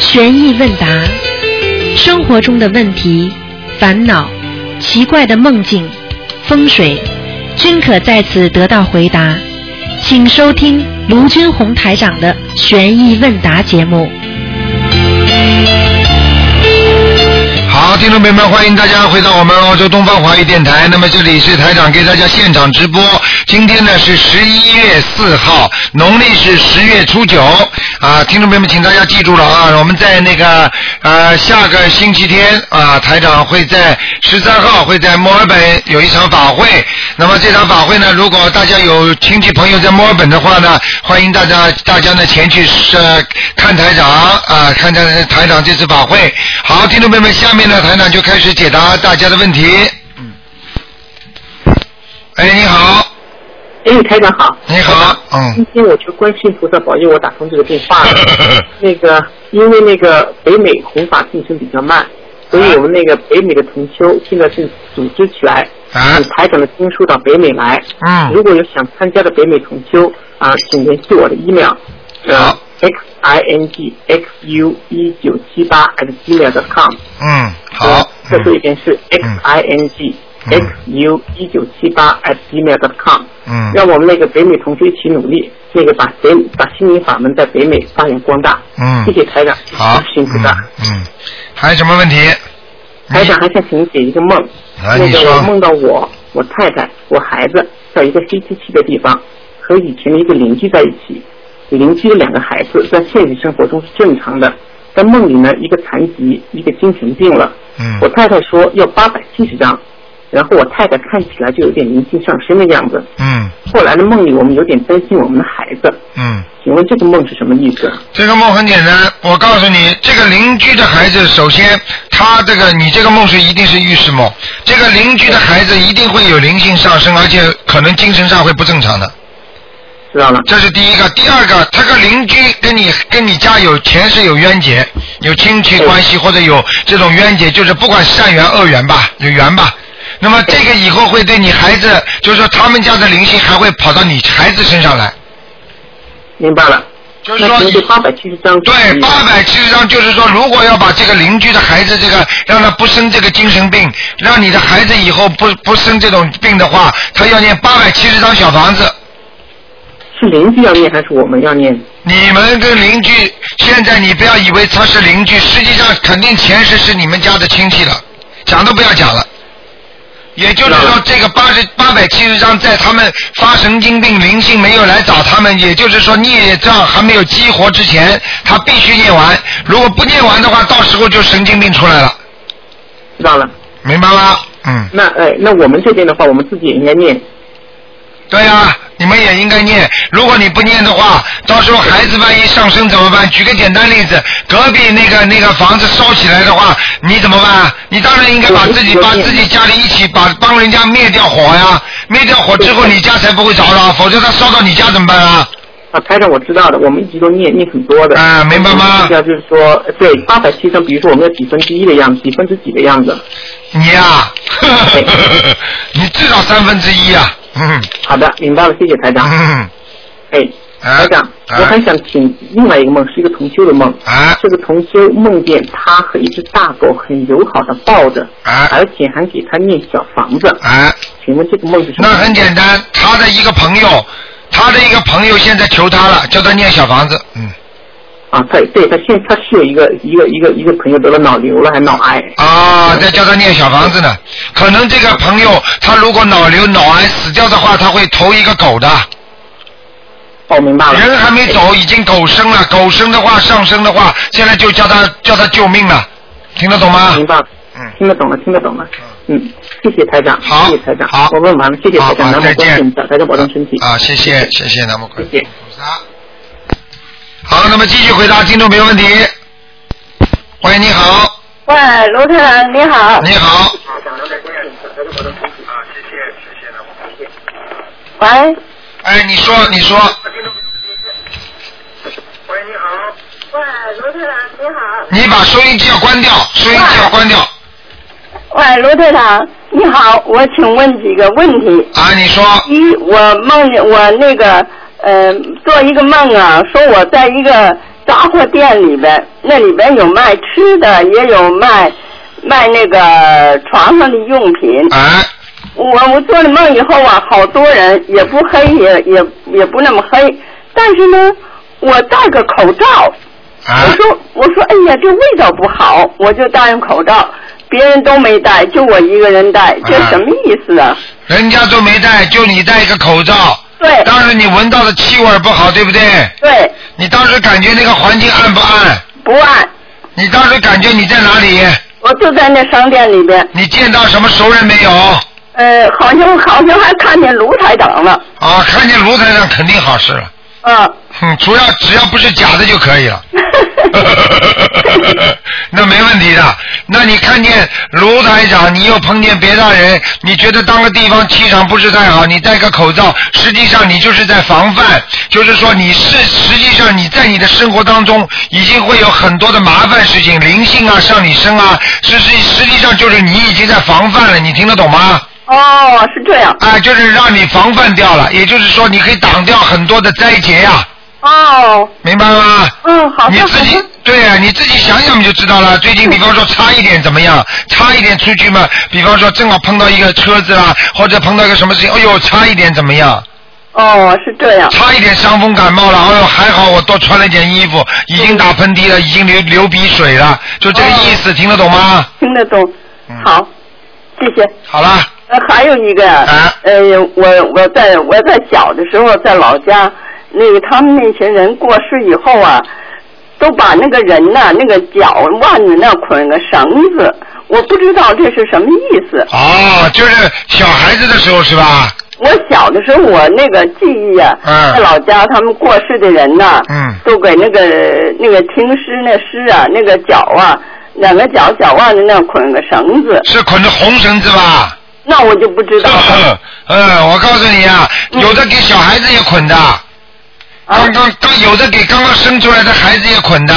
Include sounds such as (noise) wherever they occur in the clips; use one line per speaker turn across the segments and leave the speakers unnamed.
悬疑问答，生活中的问题、烦恼、奇怪的梦境、风水，均可在此得到回答。请收听卢军红台长的悬疑问答节目。
好，听众朋友们，欢迎大家回到我们澳洲东方华语电台。那么这里是台长给大家现场直播。今天呢是十一月四号，农历是十月初九啊。听众朋友们，请大家记住了啊，我们在那个呃下个星期天啊，台长会在十三号会在墨尔本有一场法会。那么这场法会呢，如果大家有亲戚朋友在墨尔本的话呢，欢迎大家大家呢前去呃看台长啊，看台台长这次法会。好，听众朋友们，下面呢台长就开始解答大家的问题。哎，你好，
哎，台长好。
你好，嗯，
今天我求观世音菩萨保佑我打通这个电话了。
嗯
(laughs) 那个，因为那个北美弘法进程比较慢，所以我们那个北美的同修现在是组织起来，
啊
请，台长的经书到北美来。
嗯，
如果有想参加的北美同修啊，请联系我的 email，
好
呃，x i n g x u 一九七八 at gmail dot com。
嗯，嗯好，
再说一遍呃是 x
嗯
i n g x u 一九七八 at gmail dot com。
嗯，
让我们那个北美同学一起努力，那个把北把心灵法门在北美发扬光大。
嗯
谢谢台长，
好，
辛苦的。
嗯，嗯，还有什么问题？
台长还想请你解一个梦，
啊，
那
你
个我
说，
梦到我、我太太、我孩子在一个黑漆漆的地方，和以前的一个邻居在一起。邻居的两个孩子在现实生活中是正常的，在梦里呢，一个残疾，一个精神病了。
嗯
我，太太说要八百七十张，然后我太太看起来就有点灵性上升的样子。
嗯，
后来的梦里，我们有点担心我们的孩子，
嗯。
请问这个梦是什么意思？啊
这个梦很简单，我告诉你，这个邻居的孩子，首先他这个你这个梦是一定是预示梦，这个邻居的孩子一定会有灵性上升，而且可能精神上会不正常的，
知道了，
这是第一个。第二个，他个邻居跟你跟你家有前世有冤结，有亲戚关系或者有这种冤结，就是不管善缘恶缘吧，有缘吧。那么这个以后会对你孩子，就是说他们家的灵性还会跑到你孩子身上来，
明白了。
就是
那
说
您
你
这八百七十张，
对，八百七十张，就是说，如果要把这个邻居的孩子，这个让他不生这个精神病，让你的孩子以后不不生这种病的话，他要念八百七十张小房子。
是邻居要念还是我们要念？
你们跟邻居，现在你不要以为他是邻居，实际上肯定前世是你们家的亲戚了，讲都不要讲了。也就是说，这个八十八百七十张，在他们发神经病、灵性没有来找他们，也就是说孽障还没有激活之前，他必须念完。如果不念完的话，到时候就神经病出来了，
知道了。
明白吗？嗯，
那呃，那我们这边的话，我们自己也应该念。
对呀、你们也应该念。如果你不念的话，到时候孩子万一上升怎么办？举个简单例子，隔壁那个那个房子烧起来的话，你怎么办？你当然应该把自己
我
把自己家里一起把帮人家灭掉火呀，灭掉火之后你家才不会着了，否则他烧到你家怎么办啊？
啊，台长，我知道的，我们一直都念念很多的。
啊明白吗
要就是说，呃对，八百七十张，比如说我们要几分之一的样子，几分之几的样子。
你呀、 (laughs) 你至少三分之一啊。嗯
好的，明白了，谢谢台长。
嗯，
哎，
啊
台长，我还想请另外一个梦，是一个同修的梦。
啊
这个同修梦见他和一只大狗很友好的抱着，
啊
而且还给他念小房子。
啊！
请问这个梦是什
那
么？
很简单，他的一个朋友，他的一个朋友现在求他了，叫他念小房子。嗯。
啊，他对他现他是有一个一个一个一个朋友得了脑瘤了，还脑癌。
啊，在叫他念小房子呢。可能这个朋友他如果脑瘤、脑癌死掉的话，他会投一个狗的。
啊哦，明白了。
人还没走，已啊经狗生了。狗生的话，上升的话，现在就叫他叫他救命了。听得懂吗
明？白了。
嗯
听得懂了，听得懂了。嗯，谢谢台长，
好
谢谢台长，
好
我问完了，谢谢台
好好
长，南
再
无
见
观世音菩萨，大家保重身体。
啊，谢谢谢谢南无观
谢谢
菩萨。好，那么继续回答听众朋友问题。喂，你好，
喂，卢台长你好。
你好，
喂。
哎，你说，你说，
喂，卢台长你好。
你把收音机要关掉，收音机要关掉
喂，卢台长你好，我请问几个问题。
啊！你说，
一，我梦见我那个呃做一个梦啊，说我在一个杂货店里边，那里边有卖吃的，也有卖卖那个床上的用品。
哎，
我我做了梦以后啊，好多人也不黑，也也也不那么黑，但是呢，我戴个口罩，我
啊，
说我说哎呀，这味道不好，我就戴上口罩，别人都没戴，就我一个人戴，这
啊
什么意思啊？
人家都没戴，就你戴一个口罩，
对
当时你闻到的气味不好，对不对？
对，
你当时感觉那个环境暗不暗？
不按，
你当时感觉你在哪里？
我就在那商店里边，
你见到什么熟人没有？
呃，好像好像还看见卢台长了，
啊，看见卢台上肯定好事了。
嗯，
(laughs) 嗯，主要只要不是假的就可以了。 (laughs) 那没问题的。那你看见卢台长，你又碰见别大人，你觉得当个地方气场不是太好，你戴个口罩，实际上你就是在防范，就是说你是实际上你在你的生活当中已经会有很多的麻烦事情，灵性啊上你身啊，实实实际上就是你已经在防范了，你听得懂吗？
哦，是这样，
啊，就是让你防范掉了，也就是说你可以挡掉很多的灾劫呀、
哦，
明白吗？
嗯，好嗯
你
像
自己对呀、你自己想想你就知道了。最近比方说差一点怎么样？差一点出去嘛，比方说正好碰到一个车子啦，或者碰到一个什么事情，哎呦，差一点怎么样？
哦，是这样，
差一点伤风感冒了，哎呦，还好我多穿了点衣服，已经打喷
嗯
嚏了，已经流流鼻水了，就这个意思，听得懂吗？
听得懂
嗯，
好，谢谢。
好了，
呃，还有一个，
啊
呃，我我在我在小的时候在老家，那个他们那群人过世以后啊，都把那个人呐、那个脚腕子那捆个绳子，我不知道这是什么意思。
哦，就是小孩子的时候是吧？
我小的时候，我那个记忆啊，
嗯
在老家他们过世的人呐、
嗯
都给那个那个听诗那诗啊，那个脚啊，两个脚脚腕子那捆个绳子，
是捆着红绳子吧？
那我就不知道嗯了。
(laughs) 嗯，我告诉你啊，有的给小孩子也捆的，
啊
刚刚刚有的给刚刚生出来的孩子也捆的，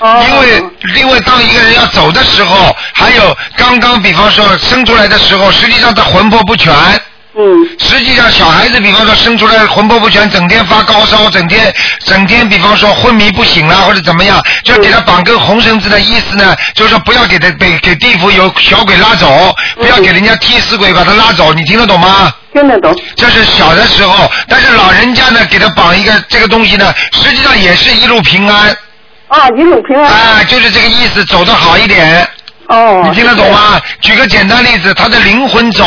哦
因为因为当一个人要走的时候，还有刚刚比方说生出来的时候，实际上他魂魄不全。
嗯。
实际上，小孩子比方说生出来魂魄不全，整天发高烧，整天整天比方说昏迷不醒啦，或者怎么样，就给他绑根红绳子的意思呢，就是说不要给他被给地府有小鬼拉走，不要给人家替死鬼把他拉走，你听得懂吗？
听得懂。
这是小的时候，但是老人家呢，给他绑一个这个东西呢，实际上也是一路平安，
啊，一路平安。
啊，就是这个意思，走得好一点。
哦，
你听得懂？吗？举个简单例子，他的灵魂走，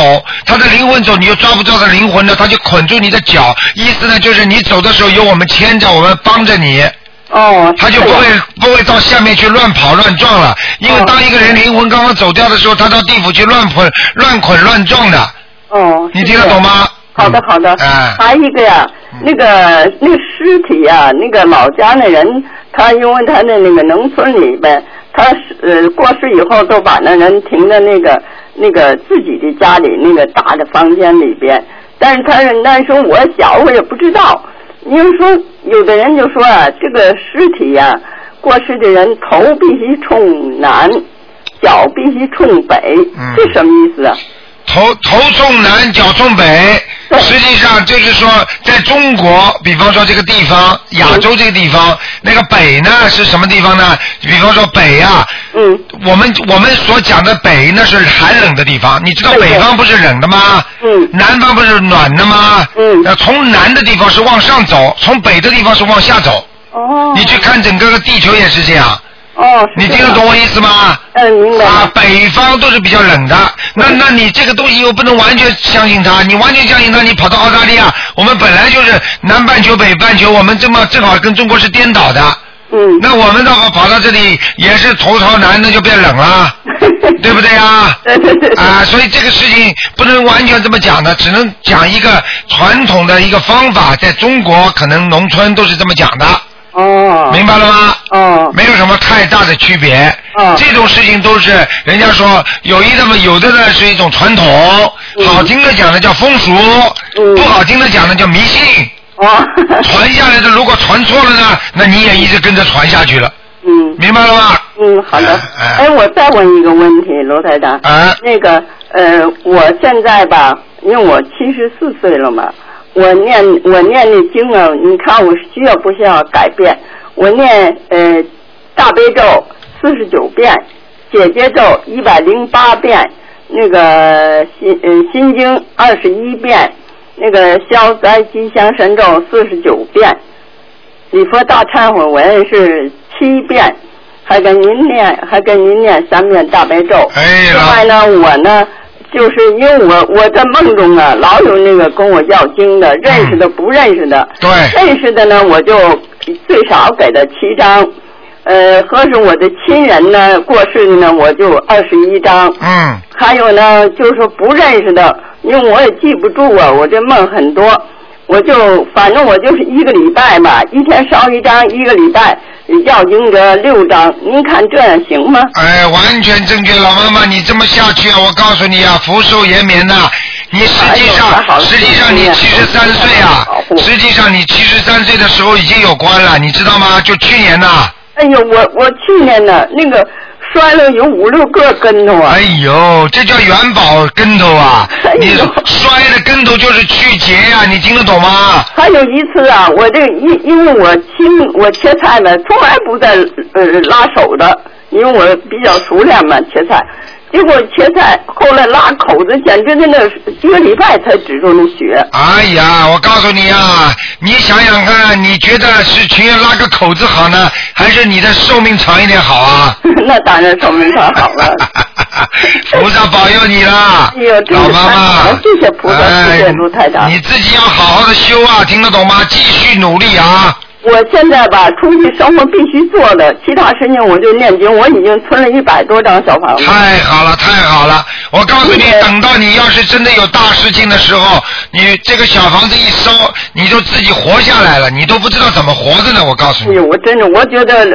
他的灵魂走，你又抓不住他的灵魂呢，他就捆住你的脚，意思呢就是你走的时候有我们牵着，我们帮着你，
哦，
他就不会不会到下面去乱跑乱撞了。因为
哦
当一个人灵魂刚刚走掉的时候，他到地府去乱捆乱捆乱撞的，
哦，
你听得懂？吗？
好的，好的。
哎、
还有一个呀，那个那个尸体呀，那个老家那人，他因为他的那个农村里边，他是呃过世以后都把那人停在那个那个自己的家里那个大的房间里边，但是他那时候我小，我也不知道。因为说有的人就说啊，这个尸体呀、过世的人头必须冲南，脚必须冲北，
嗯
这什么意思啊？
头头冲南，脚冲北。
对
实际上就是说，在中国，比方说这个地方，
嗯
亚洲这个地方，那个北呢是什么地方呢？比方说北啊，
嗯，
我们我们所讲的北，那是寒冷的地方。你知道
对对
北方不是冷的吗？
嗯
南方不是暖的吗？
嗯
那从南的地方是往上走，从北的地方是往下走。
哦，
你去看整个个地球也是这样，
哦，是
你
这
听
样
得懂？我意思吗？
嗯，明白
啊
了，。
北方都是比较冷的，那那你这个东西又不能完全相信它，你完全相信它，你跑到澳大利亚，我们本来就是南半球北半球，我们这么正好跟中国是颠倒的，
嗯，
那我们到跑跑到这里也是头朝南，那就变冷了，对不对啊？
嗯 (laughs) 对对对，
啊，所以这个事情不能完全这么讲的，只能讲一个传统的一个方法，在中国可能农村都是这么讲的，
哦，
明白了吗？
哦，
没有什么太大的区别。
嗯
这种事情都是人家说有一那么有的呢是一种传统，
嗯
好听的讲呢叫风俗，
嗯
不好听的讲呢叫迷
(laughs)
信。
哦，
传下来的如果传错了呢，那你也一直跟着传下去了，
(laughs) 嗯
明白了吗？
嗯，好的。
哎
哎，我再问一个问题，罗台长。
啊
那个呃，我现在吧，因为我七十四岁了嘛，我念我念的经啊，你看我需要不需要改变？我念呃大悲咒四十九遍，姐姐咒一百零八遍，那个心嗯心经二十一遍，那个消灾吉祥神咒四十九遍，礼佛大忏悔文是七遍，还跟您念还跟您念三遍大悲咒。
哎，
另
老
外呢，我呢，就是因为我我在梦中啊，老有那个跟我要经的，认识的不认识的，
对，
认识的呢，我就最少给他七张。呃，合适我的亲人呢，过世的呢，我就二十一张。
嗯
还有呢，就是说不认识的，因为我也记不住啊，我这梦很多，我就反正我就是一个礼拜吧，一天烧一张，一个礼拜要经者六张，您看这样行吗？
哎，完全正确，老妈妈，你这么下去啊，我告诉你啊，福寿延绵呐、你实际
哎呦那
上，
好
实际上你七十三岁啊，实际上你七十三岁的时候已经有关了，你知道吗？就去年呐、
哎呦，我我去年呢，那个摔了有五六个跟头啊
哎，呦，这叫元宝跟头啊！
哎呦
你摔的跟头就是去劫呀、你听得懂吗？
还有一次啊，我这因因为我亲我切菜呢，从来不在呃拉手的，因为我比较熟练嘛切菜，结果切菜后来拉口子，简直在那一个礼拜才止住那血。 (laughs)
哎呀，我告诉你啊，你想想看，啊你觉得是群人拉个口子好呢，还是你的寿命长一点好啊？
那当然说明他好
(laughs)
了。
菩萨保佑你啦
哎呦，真
老
是
妈
太好
妈
了！谢谢菩萨
哎
谢谢卢台长
你自己要好好的修啊，听得懂吗？继续努力啊！
我现在吧，出去生活必须做的，其他事情我就念经，我已经存了一百多张小房子。
太好了，太好了！我告诉你，
对
等到你要是真的有大事情的时候，你这个小房子一收，你就自己活下来了，你都不知道怎么活着呢。我告诉
哎
你
呦，，我真的，我觉得呃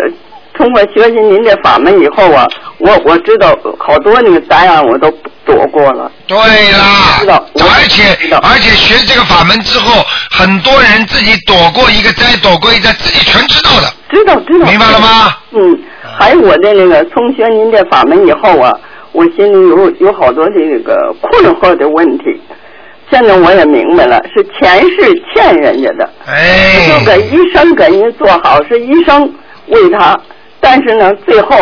通过学习您这法门以后啊，我我知道好多那个灾案我都躲过了。
对啦
知道，我
而且
知道
而且学这个法门之后，很多人自己躲过一个灾，躲过一灾，自己全知道的，
知道知道。
明白了？吗？啊
嗯，还有我的那个从学您这法门以后啊，我心里有有好多的那个困惑的问题。现在我也明白了，是前世欠人家的，
哎
就，给医生给人家做好，是医生为他，但是呢，最后，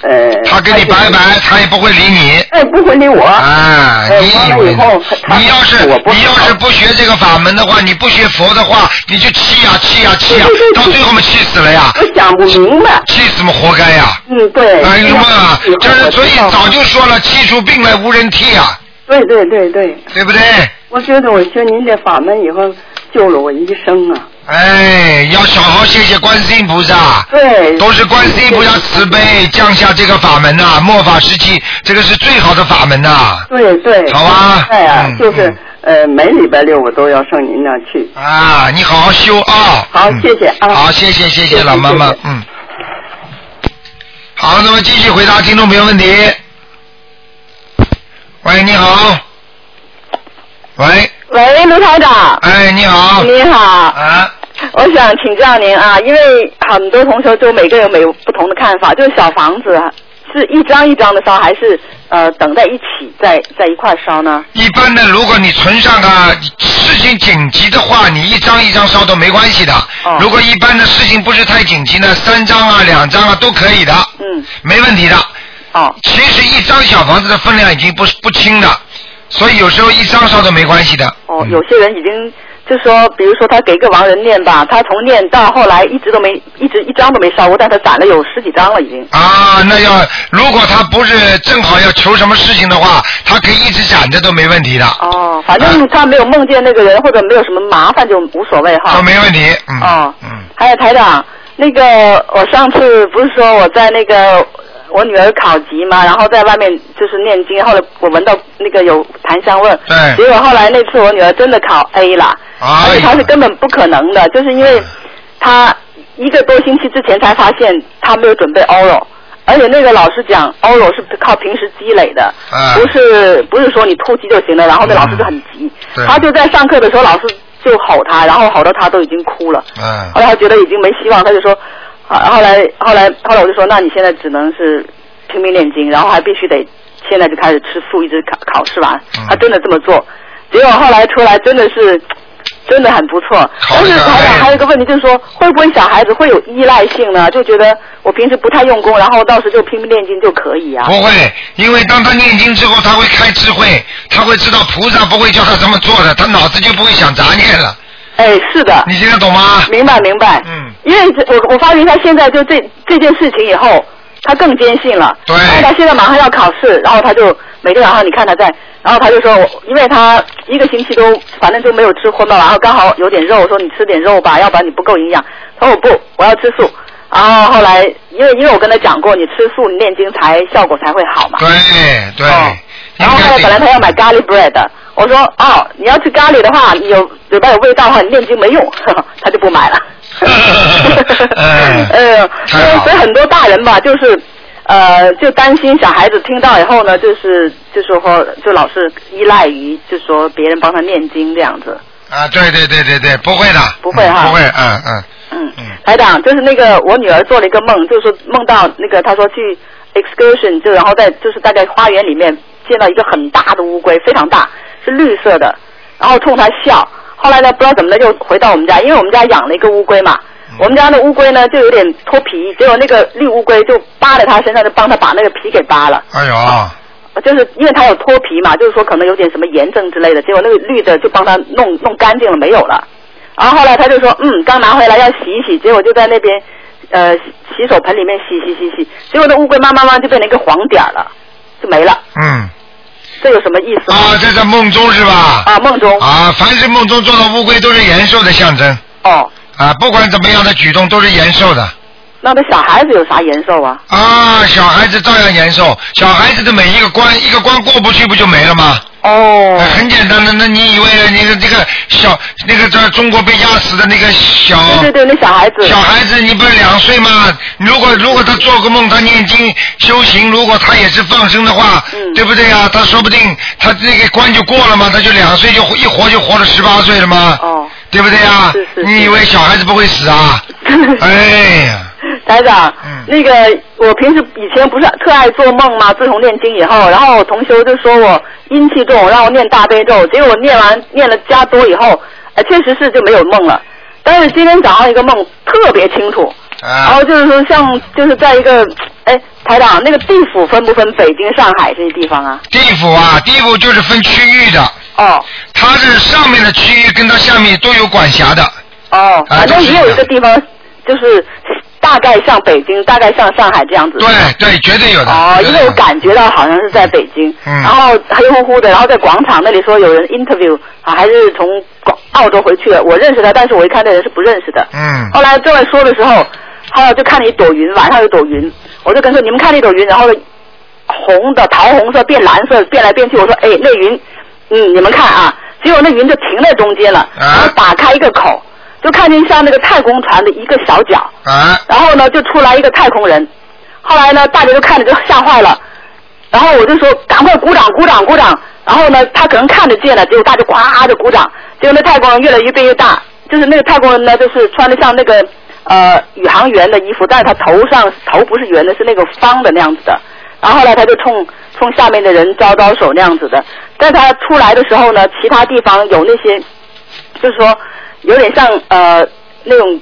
呃，
他跟你拜拜，他也不会理你。
哎，不会理我。
啊，
哎
你以
完了
为
以后他
你要是
我不
你要是不学这个法门的话，你不学佛的话，你就气呀气呀气呀
对对，对
到最后嘛气死了呀，
我想不明白。
气死嘛活该呀！
嗯，对。
哎呀妈，
以后
就是
我
所以
知道
早就说了，气出病来无人替呀，
对对对对，
对不对？
我觉得我学您这法门以后救了我一生啊！
哎，要好好谢谢观世音菩萨。
对，
都是观世音菩萨慈悲降下这个法门呐、末法时期这个是最好的法门呐、
对对。
好啊
哎呀
嗯，
就是呃，每礼拜六我都要上您那儿去。
啊，你好好修啊。
好
嗯
谢谢啊
好，谢谢谢
谢
谢
谢
老妈妈
谢谢，
嗯。好，那么继续回答听众朋友问题。喂，你好。喂，
喂，卢台长，
哎，你好。
你好，
啊，
我想请教您啊，因为很多同学都每个人有每不同的看法，就是小房子是一张一张的烧，还是呃等在一起在在一块烧呢？
一般的，如果你存上啊事情紧急的话，你一张一张烧都没关系的。
哦
如果一般的事情不是太紧急呢，三张啊、两张啊都可以的，
嗯，
没问题的。
哦，
其实一张小房子的分量已经不是不轻了，所以有时候一张烧都没关系的。
哦，
嗯
有些人已经就说，比如说他给一个亡人念吧，他从念到后来一直都没一直一张都没烧过，但他攒了有十几张了已经。
啊，那要如果他不是正好要求什么事情的话，他可以一直攒着都没问题的，
哦，反正他没有梦见那个人，或者没有什么麻烦就无所谓哈。
都没问题。嗯。
哦
嗯。
还有台长，那个我上次不是说我在那个我女儿考级嘛，然后在外面就是念经，后来我闻到那个有檀香味儿，
对。
结果后来那次我女儿真的考 A 了，而
哎
且她是
呀。
根本不可能的，就是因为她一个多星期之前才发现她没有准备 oral。而且那个老师讲，oral 是靠平时积累的，
啊
不是不是说你突击就行了。然后那老师就很急，
嗯对
他就在上课的时候，老师就吼他，然后吼到他都已经哭了。
嗯
后。来他觉得已经没希望，他就说，啊，后来后来后来我就说，那你现在只能是拼命念经，然后还必须得现在就开始吃素，一直考考试完
嗯。
他真的这么做，结果后来出来真的是
真的很不错。
好
但
的
是台长还有一个问题，就是说会不会小孩子会有依赖性呢？就觉得我平时不太用功，然后到时就拼命练经就可以啊。
不会，因为当他念经之后，他会开智慧，他会知道菩萨不会叫他这么做的，他脑子就不会想杂念了。
哎，是的，
你现在懂吗？
明白明白。
啊嗯。
因为这我我发觉他现在就这这件事情以后，他更坚信了。
对
然后他现在马上要考试，然后他就每天晚上你看他在，然后他就说，因为他一个星期都反正就没有吃荤嘛，然后刚好有点肉，说你吃点肉吧，要不然你不够营养。他说我不，我要吃素。然后后来，因为因为我跟他讲过，你吃素你念经才效果才会好嘛。
对对。
哦然后
应该
后来
这
本来
样
他要买咖喱 bread，我说哦，你要吃咖喱的话，你有嘴巴有味道的话，你念经没用， (laughs) 呵呵他就不
(laughs)
买了。
嗯
呃，所
太好
以
了
所以很多大人吧，就是呃，就担心小孩子听到以后呢，就是就说就老是依赖于就说别人帮他念经这样子。
啊，对对对对对，不会的，
不会哈
嗯不会，嗯嗯，
嗯
嗯，
台长，就是那个我女儿做了一个梦，就是梦到那个她说去 excursion，就然后在就是大概花园里面见到一个很大的乌龟，非常大，是绿色的，然后冲她笑。后来呢，不知道怎么的又回到我们家，因为我们家养了一个乌龟嘛，我们家的乌龟呢就有点脱皮，结果那个绿乌龟就扒在她身上，就帮她把那个皮给扒了。
哎呦，
就是因为它有脱皮嘛，就是说可能有点什么炎症之类的，结果那个绿的就帮他弄弄干净了，没有了。然后后来他就说，嗯，刚拿回来要洗一洗，结果就在那边呃洗洗手盆里面洗洗洗洗，结果那乌龟慢慢慢就变成一个黄点儿了，就没了。
嗯，
这有什么意思吗？
啊，这在梦中是吧？
啊，梦中
啊，凡是梦中做的乌龟都是延寿的象征
哦，
啊，不管怎么样的举动都是延寿的
那对小孩子有啥延寿啊？
啊，小孩子照样延寿，小孩子的每一个关一个关过不去不就没了吗？
哦
哎很简单的，那你以为那个这个小那个在中国被压死的那个小
对对对，那小孩子
小孩子，你不是两岁吗？如果如果他做个梦，他念经修行，如果他也是放生的话，
嗯
对不对呀、他说不定他那个关就过了嘛，他就两岁就活一活就活了十八岁了嘛，
哦，
对不对呀、
是是是
你以为小孩子不会死
(laughs)
啊？哎呀，
台长，
嗯
那个我平时以前不是特爱做梦吗？自从念经以后，然后我同修就说我阴气重，让我念大悲咒，结果我念完念了加多以后，呃，确实是就没有梦了。但是今天早上一个梦特别清楚，然
啊
后，就是说像就是在一个，哎，台长，那个地府分不分北京、上海这些地方啊？
地府啊，地府就是分区域的，
哦
它是上面的区域跟它下面都有管辖的。啊
哦，反正也有一个地方就是大概像北京，大概像上海这样子。
对对，绝 (laughs) 对有的。
嗯哦，因为我
对啊
感觉到好像是在北京，
嗯
然后黑乎乎的，然后在广场那里说有人 interview 啊，还是从广澳洲回去的，我认识他，但是我一看这人是不认识的。
嗯
后来正在说的时候，后来就看见一朵云，晚上有一朵云，我就跟他说你们看那朵云，然后红的、桃红色变蓝色，变来变去，我说哎那云，嗯你们看啊，结果那云就停在中间了，然后打开一个口，就看见像那个太空船的一个小角。
啊，
然后呢，就出来一个太空人。后来呢，大家就看着就吓坏了。然后我就说赶快鼓掌鼓掌鼓掌。然后呢，他可能看得见了，结果大家呱就鼓掌。结果那太空人越来越变越大，就是那个太空人呢，就是穿的像那个呃宇航员的衣服，但是他头上头不是圆的，是那个方的那样子的。然后后来他就冲冲下面的人招招手那样子的。在他出来的时候呢，其他地方有那些就是说有点像呃那种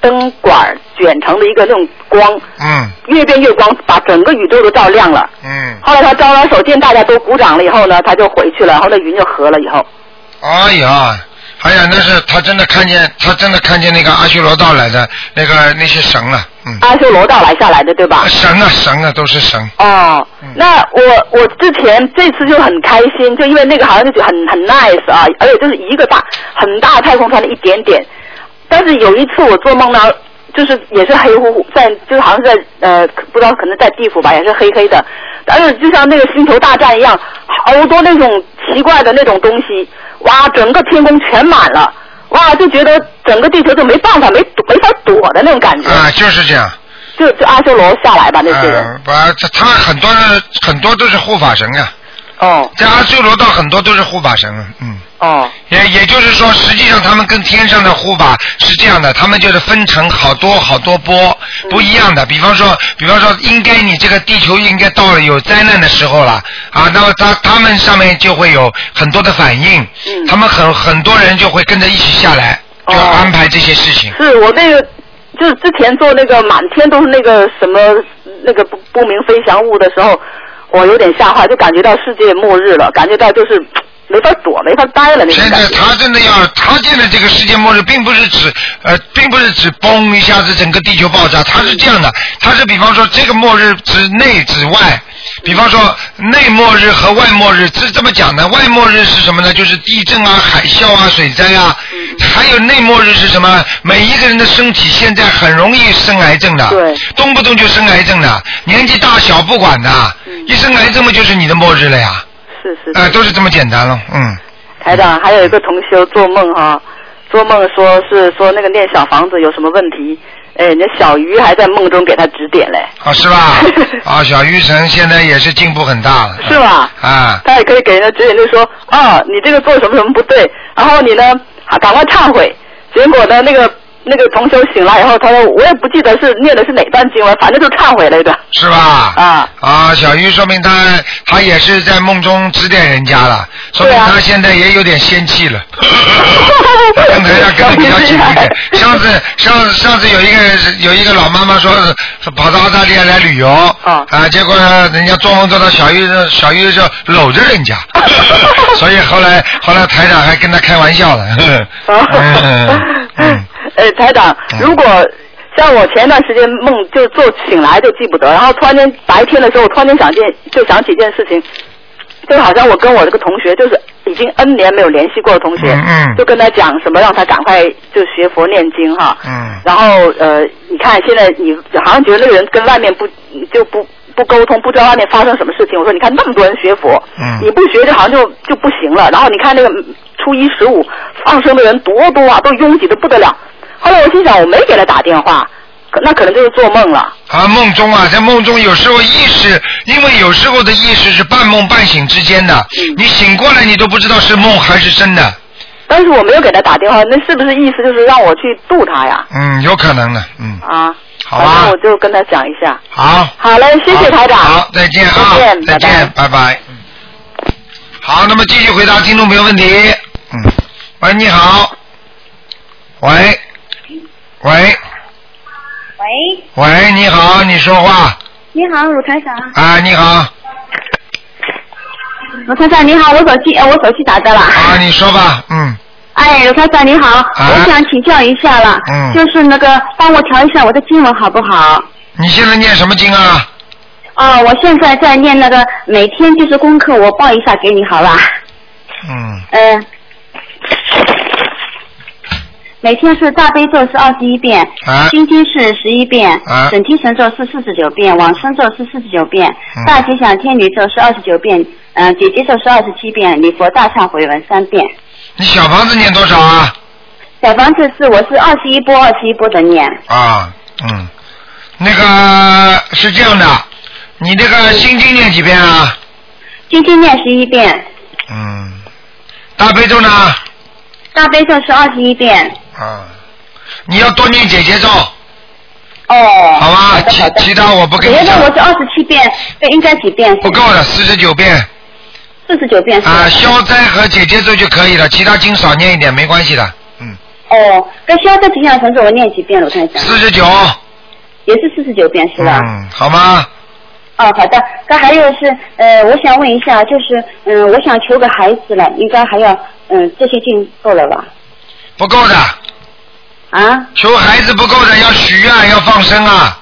灯管儿卷成的一个那种光，
嗯
越变越光，把整个宇宙都照亮了。
嗯，
后来他招完手，见大家都鼓掌了以后呢，他就回去了，然后那云就合了以后。
哎呀，哎呀，那是他真的看见，他真的看见那个阿修罗道来的那个那些神了，嗯，
阿修罗道来下来的，对吧？
神啊神啊都是神，
哦，那我我之前这次就很开心，就因为那个好像就很很 nice 啊，而且就是一个大很大的太空船的一点点。但是有一次我做梦呢，就是也是黑乎乎，在就是好像是在呃不知道可能在地府吧，也是黑黑的，而且就像那个星球大战一样，好多那种奇怪的那种东西，哇，整个天空全满了，哇，就觉得整个地球就没办法没没法躲的那种感觉，
啊就是这样，
就就阿修罗下来吧那些人。
嗯，不，他他很多人很多都是护法神呀、
哦
在阿修罗道很多都是护法神啊，嗯。
哦
也也就是说，实际上他们跟天上的护法是这样的，他们就是分成好多好多波
嗯
不一样的。比方说，比方说，应该你这个地球应该到了有灾难的时候了啊，那么他他们上面就会有很多的反应，
嗯
他们很很多人就会跟着一起下来，就要
哦
安排这些事情。
是我那个，就是之前做那个满天都是那个什么那个不不明飞翔物的时候，我有点吓坏，就感觉到世界末日了，感觉到就是没法躲，没法待了那种
现
感
在
觉。
他真的要，他现在这个世界末日，并不是指呃，并不是指嘣一下子整个地球爆炸，他是这样的，他是比方说这个末日指内指外，比方说内末日和外末日是这么讲的，外末日是什么呢？就是地震啊、海啸啊、水灾啊，还有内末日是什么？每一个人的身体现在很容易生癌症的，
对
动不动就生癌症的，年纪大小不管的，一生癌症嘛就是你的末日了呀，
是嗯是
呃，
是，
都是这么简单了，嗯。
台长，还有一个同修做梦哈、做梦说是说那个念小房子有什么问题，哎，人家小鱼还在梦中给他指点嘞，
啊，是
(laughs)
吧？啊，小玉成现在也是进步很大了。
是吧？
啊，
他也可以给人家指引，就说啊，你这个做什么什么不对，然后你呢，啊赶快忏悔。结果呢，那个那个同修醒来以后，他说我也不记得是念的是哪段经文，反正就忏悔来着。
是吧？
啊，
(laughs) 啊，小玉说明他他也是在梦中指点人家了，说明
对啊
他现在也有点仙气
(laughs)
了。跟台上跟的比较紧一点。上次上次上次有一个有一个老妈妈说是跑到澳大利亚来旅游，
啊
啊，结果人家做梦做到小玉小玉就搂着
(laughs)
人家，所以后来后来台长还跟他开玩笑 (laughs) 了。
(laughs) 啊
嗯嗯。
呃，台长
嗯，
如果像我前一段时间梦就做醒来就记不得，然后突然间白天的时候，我突然间想件就想起一件事情，就好像我跟我这个同学就是已经 N 年没有联系过的同学，
嗯嗯
就跟他讲什么让他赶快就学佛念经哈，
嗯
然后呃，你看现在你好像觉得那个人跟外面不就不不沟通，不知道外面发生什么事情。我说你看那么多人学佛，
嗯
你不学这好像就就不行了。然后你看那个初一十五放生的人多多啊，都拥挤的不得了。后来我心想，我没给他打电话，可那可能就是做梦了。
啊，梦中啊，在梦中有时候意识，因为有时候的意识是半梦半醒之间的，
嗯
你醒过来你都不知道是梦还是真的，
但是我没有给他打电话，那是不是意思就是让我去度他呀？
嗯，有可能的，嗯，
啊，
好
反
吧
正我，就跟他讲一下。
好，
好嘞，谢谢
好
台长。
好，再见啊，
再见
再见，拜拜，嗯好，那么继续回答听众朋友问题，嗯，喂，你好，喂，喂，
喂，
喂，你好，你说话
你好，鲁台长。
啊，你好，啊，
鲁台长你好，我手机，呃，我手机打的了。
啊你说吧，嗯，
哎，鲁台长你好，
啊
我想请教一下了，
嗯
就是那个帮我调一下我的经文好不好？
你现在念什么经啊？
哦，我现在在念那个每天就是功课，我报一下给你好吧？
嗯。
嗯、每天是大悲咒是二十一遍，
啊
心经是十一遍，
啊
准提神咒是四十九遍，往生咒是四十九遍，
嗯
大吉祥天女咒是二十九遍，嗯、姐姐咒是二十七遍，礼佛大忏悔文三遍。
你小房子念多少啊？
小房子是我是二十一波二十一波的念，
啊，嗯，那个是这样的，你这个心经念几遍啊？
今天念十一遍，
嗯，大悲咒呢？
大悲咒是二十一遍。
啊，你要多念姐姐咒，好
哦，好
吧？
的
其
好的。
其他我不跟
别
你
的
讲，
我是二十七遍，那应该几遍？
不够的，四十九遍
四十九遍是吧？
啊，消灾和姐姐咒就可以了，其他经少念一点没关系的。嗯，
哦，跟消灾吉祥神咒我念几遍？我看一下，
四十九，
也是四十九遍是吧？
嗯，好吗？
哦，好的。那还有是，呃，我想问一下，就是，嗯，我想求个孩子了，应该还要，嗯，这些经够了吧？
不够的，
啊，
求孩子不够的，要许愿，要放生啊。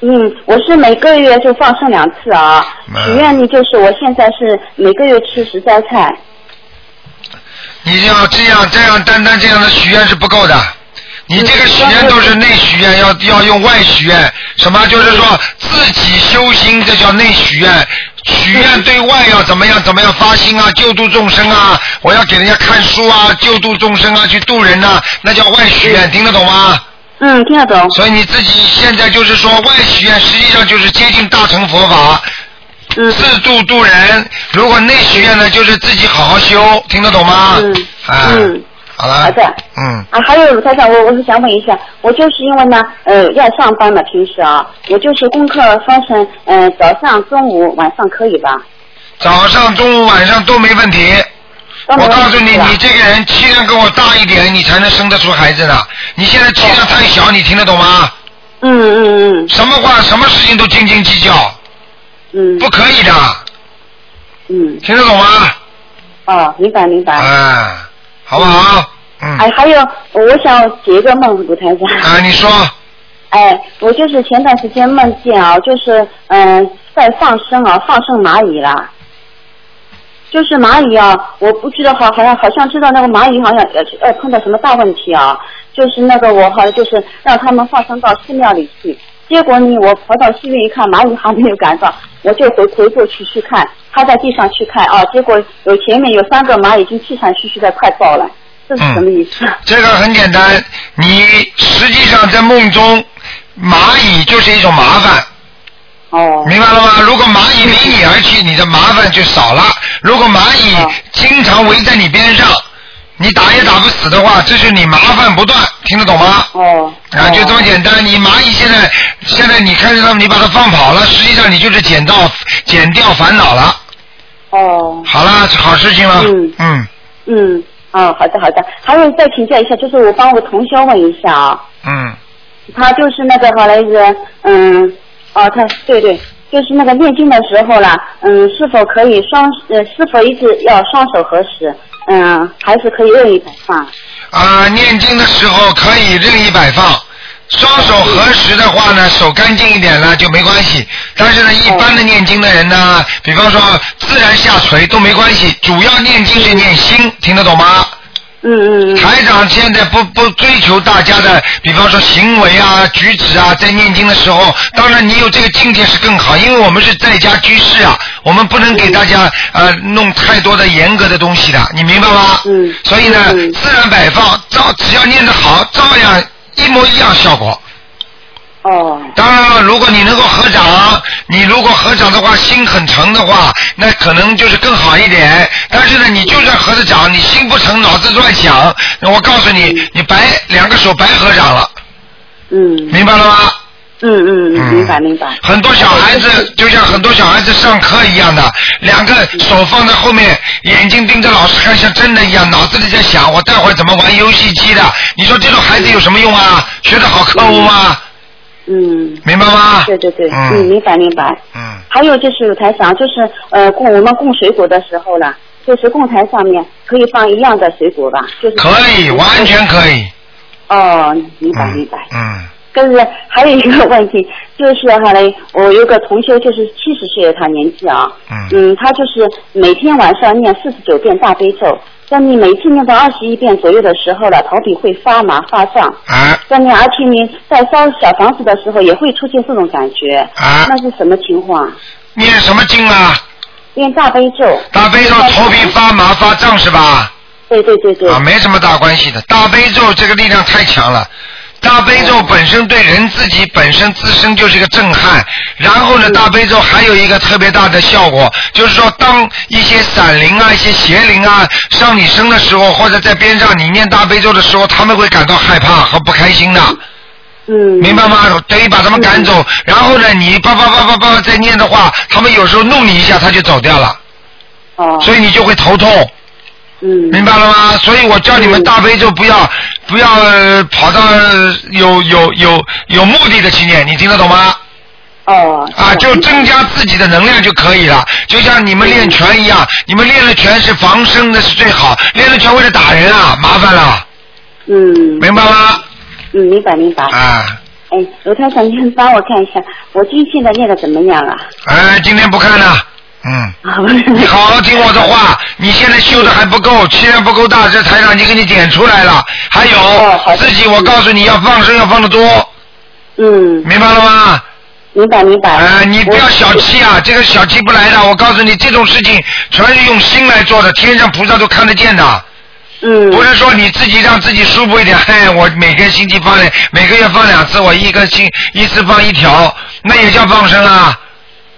嗯，我是每个月就放生两次啊。
嗯
许愿呢，就是我现在是每个月吃十斋菜。
你要这样这样单单这样的许愿是不够的，你这个许愿都是内许愿，要要用外许愿。什么？就是说自己修心，这叫内许愿。许愿对外要怎么样怎么样发心啊，救度众生啊，我要给人家看书啊，救度众生啊，去度人呐、那叫外许愿，听得懂吗？
嗯，听得懂。
所以你自己现在就是说外许愿，实际上就是接近大乘佛法。
嗯
自度度人。如果内许愿呢，就是自己好好修，听得懂吗？
嗯
啊，
嗯
好了。
好的
嗯，
啊，还有鲁台长，我我是想问一下，我就是因为呢，呃，要上班嘛，平时啊，我就是功课分成，呃，早上、中午、晚上可以吧？
早上、中午、晚上都没问题。
都没
我
问题
告诉你，
是吧
你这个人气量跟我大一点，你才能生得出孩子呢。你现在气量太小，你听得懂吗？
嗯嗯
什么话、什么事情都斤斤计较，
嗯
不可以的，
嗯嗯，
听得懂吗？
哦，明白明白。
啊，好不好？嗯。
哎，还有，我想解一个梦，鲁台长。
啊，你说，
哎，我就是前段时间梦见啊，就是嗯、在放生啊，放生蚂蚁啦。就是蚂蚁啊，我不知道好，好像好像知道那个蚂蚁好像呃呃碰到什么大问题啊，就是那个我好像就是让他们放生到寺庙里去，结果呢我跑到寺院一看蚂蚁还没有赶到，我就回回过去去看，趴在地上去看啊，结果有前面有三个蚂蚁已经气喘吁吁的快爆了，这是什么
嗯
意思？啊
这个很简单，你实际上在梦中，蚂蚁就是一种麻烦，
哦，
明白了吗？如果蚂蚁离你而去，你的麻烦就少了；如果蚂蚁
哦
经常围在你边上，你打也打不死的话，这就是你麻烦不断，听得懂吗？
哦，
啊，就这么
哦
简单。你蚂蚁现在现在你看着它们，你把它放跑了，实际上你就是减到减掉烦恼了。
哦，
好了，好事情了。
嗯
嗯
嗯，哦，好的好的。还有再请教一下，就是我帮我同学问一下啊，
嗯
他就是那个好来着，嗯，哦，他对对，就是那个念经的时候啦，嗯，是否可以双呃，是否一直要双手合十？嗯，还是可以任意摆放？
啊，念经的时候可以任意摆放，双手合十的话呢，手干净一点呢就没关系。但是呢，一般的念经的人呢，比方说自然下垂都没关系，主要念经是念心，听得懂吗？
嗯嗯嗯，
台长现在不不追求大家的，比方说行为啊、举止啊，在念经的时候，当然你有这个境界是更好，因为我们是在家居士啊，我们不能给大家呃弄太多的严格的东西的，你明白吗？
嗯
所以呢，
嗯
自然摆放，照只要念得好，照样一模一样效果。
哦，
当然了，如果你能够合掌，你如果合掌的话，心很诚的话，那可能就是更好一点。但是呢，你就算合着掌，你心不诚，脑子乱想，我告诉你，你白两个手白合掌了，
嗯
明白了吗？
嗯嗯
嗯
嗯，明白明白。
很多小孩子就像很多小孩子上课一样的，两个手放在后面，眼睛盯着老师看，像真的一样，脑子里在想我待会儿怎么玩游戏机的。你说这种孩子有什么用啊？学得好科目吗？
嗯，
明白吗？
对对对，嗯，
嗯
明白明白。
嗯。
还有就是台长，就是呃供我们供水果的时候呢，就是供台上面可以放一样的水果吧，就是
可以，完全可以。
哦，明白
嗯
明白。
嗯，
但是还有一个问题，就是哈嘞，我有个同修，就是七十岁的他年纪啊，
嗯
他就是每天晚上念四十九遍大悲咒，但你每次念到二十一遍左右的时候了，头皮会发麻发胀，
啊
但你而且你在烧小房子的时候也会出现这种感觉，
啊，
那是什么情况？啊
念什么经啊？
念大悲咒。
大悲咒头皮发麻发胀是吧？
对对对对。
啊，没什么大关系的。大悲咒这个力量太强了。大悲咒本身对人自己本身自身就是一个震撼，然后呢，大悲咒还有一个特别大的效果，就是说，当一些散灵啊、一些邪灵啊上你身的时候，或者在边上你念大悲咒的时候，他们会感到害怕和不开心的。
嗯。
明白吗？等于把他们赶走，然后呢，你叭叭叭叭叭再念的话，他们有时候弄你一下，他就走掉了，
哦。
所以你就会头痛，
嗯。
明白了吗？所以我叫你们大悲咒不要不要呃跑到呃有有有有目的的去念，你听得懂吗？
哦。
啊，就
明白
增加自己的能量就可以了，就像你们练拳一样，你们练了拳是防身的是最好，练了拳为了打人啊，麻烦了，
嗯。
明白吗？
嗯，明白明白。
啊，
哎，卢台长，您帮我看一下，我经现在念的怎么样啊了？
哎，今天不看了，嗯。
好
你好好听我的话，你现在修的还不够，气量不够大，这台长已经给你点出来了。还有、
哦好的
自己，我告诉你要放生，要放的多，
(laughs) 嗯，
明白了吗？
明白明白。
呃，你不要
我
小气啊，这个小气不来的。我告诉你，这种事情全是用心来做的，天上菩萨都看得见的，
嗯，
不是说你自己让自己舒服一点。哎，我每个星期放两，每个月放两次，我一个星一次放一条，那也叫放生啊。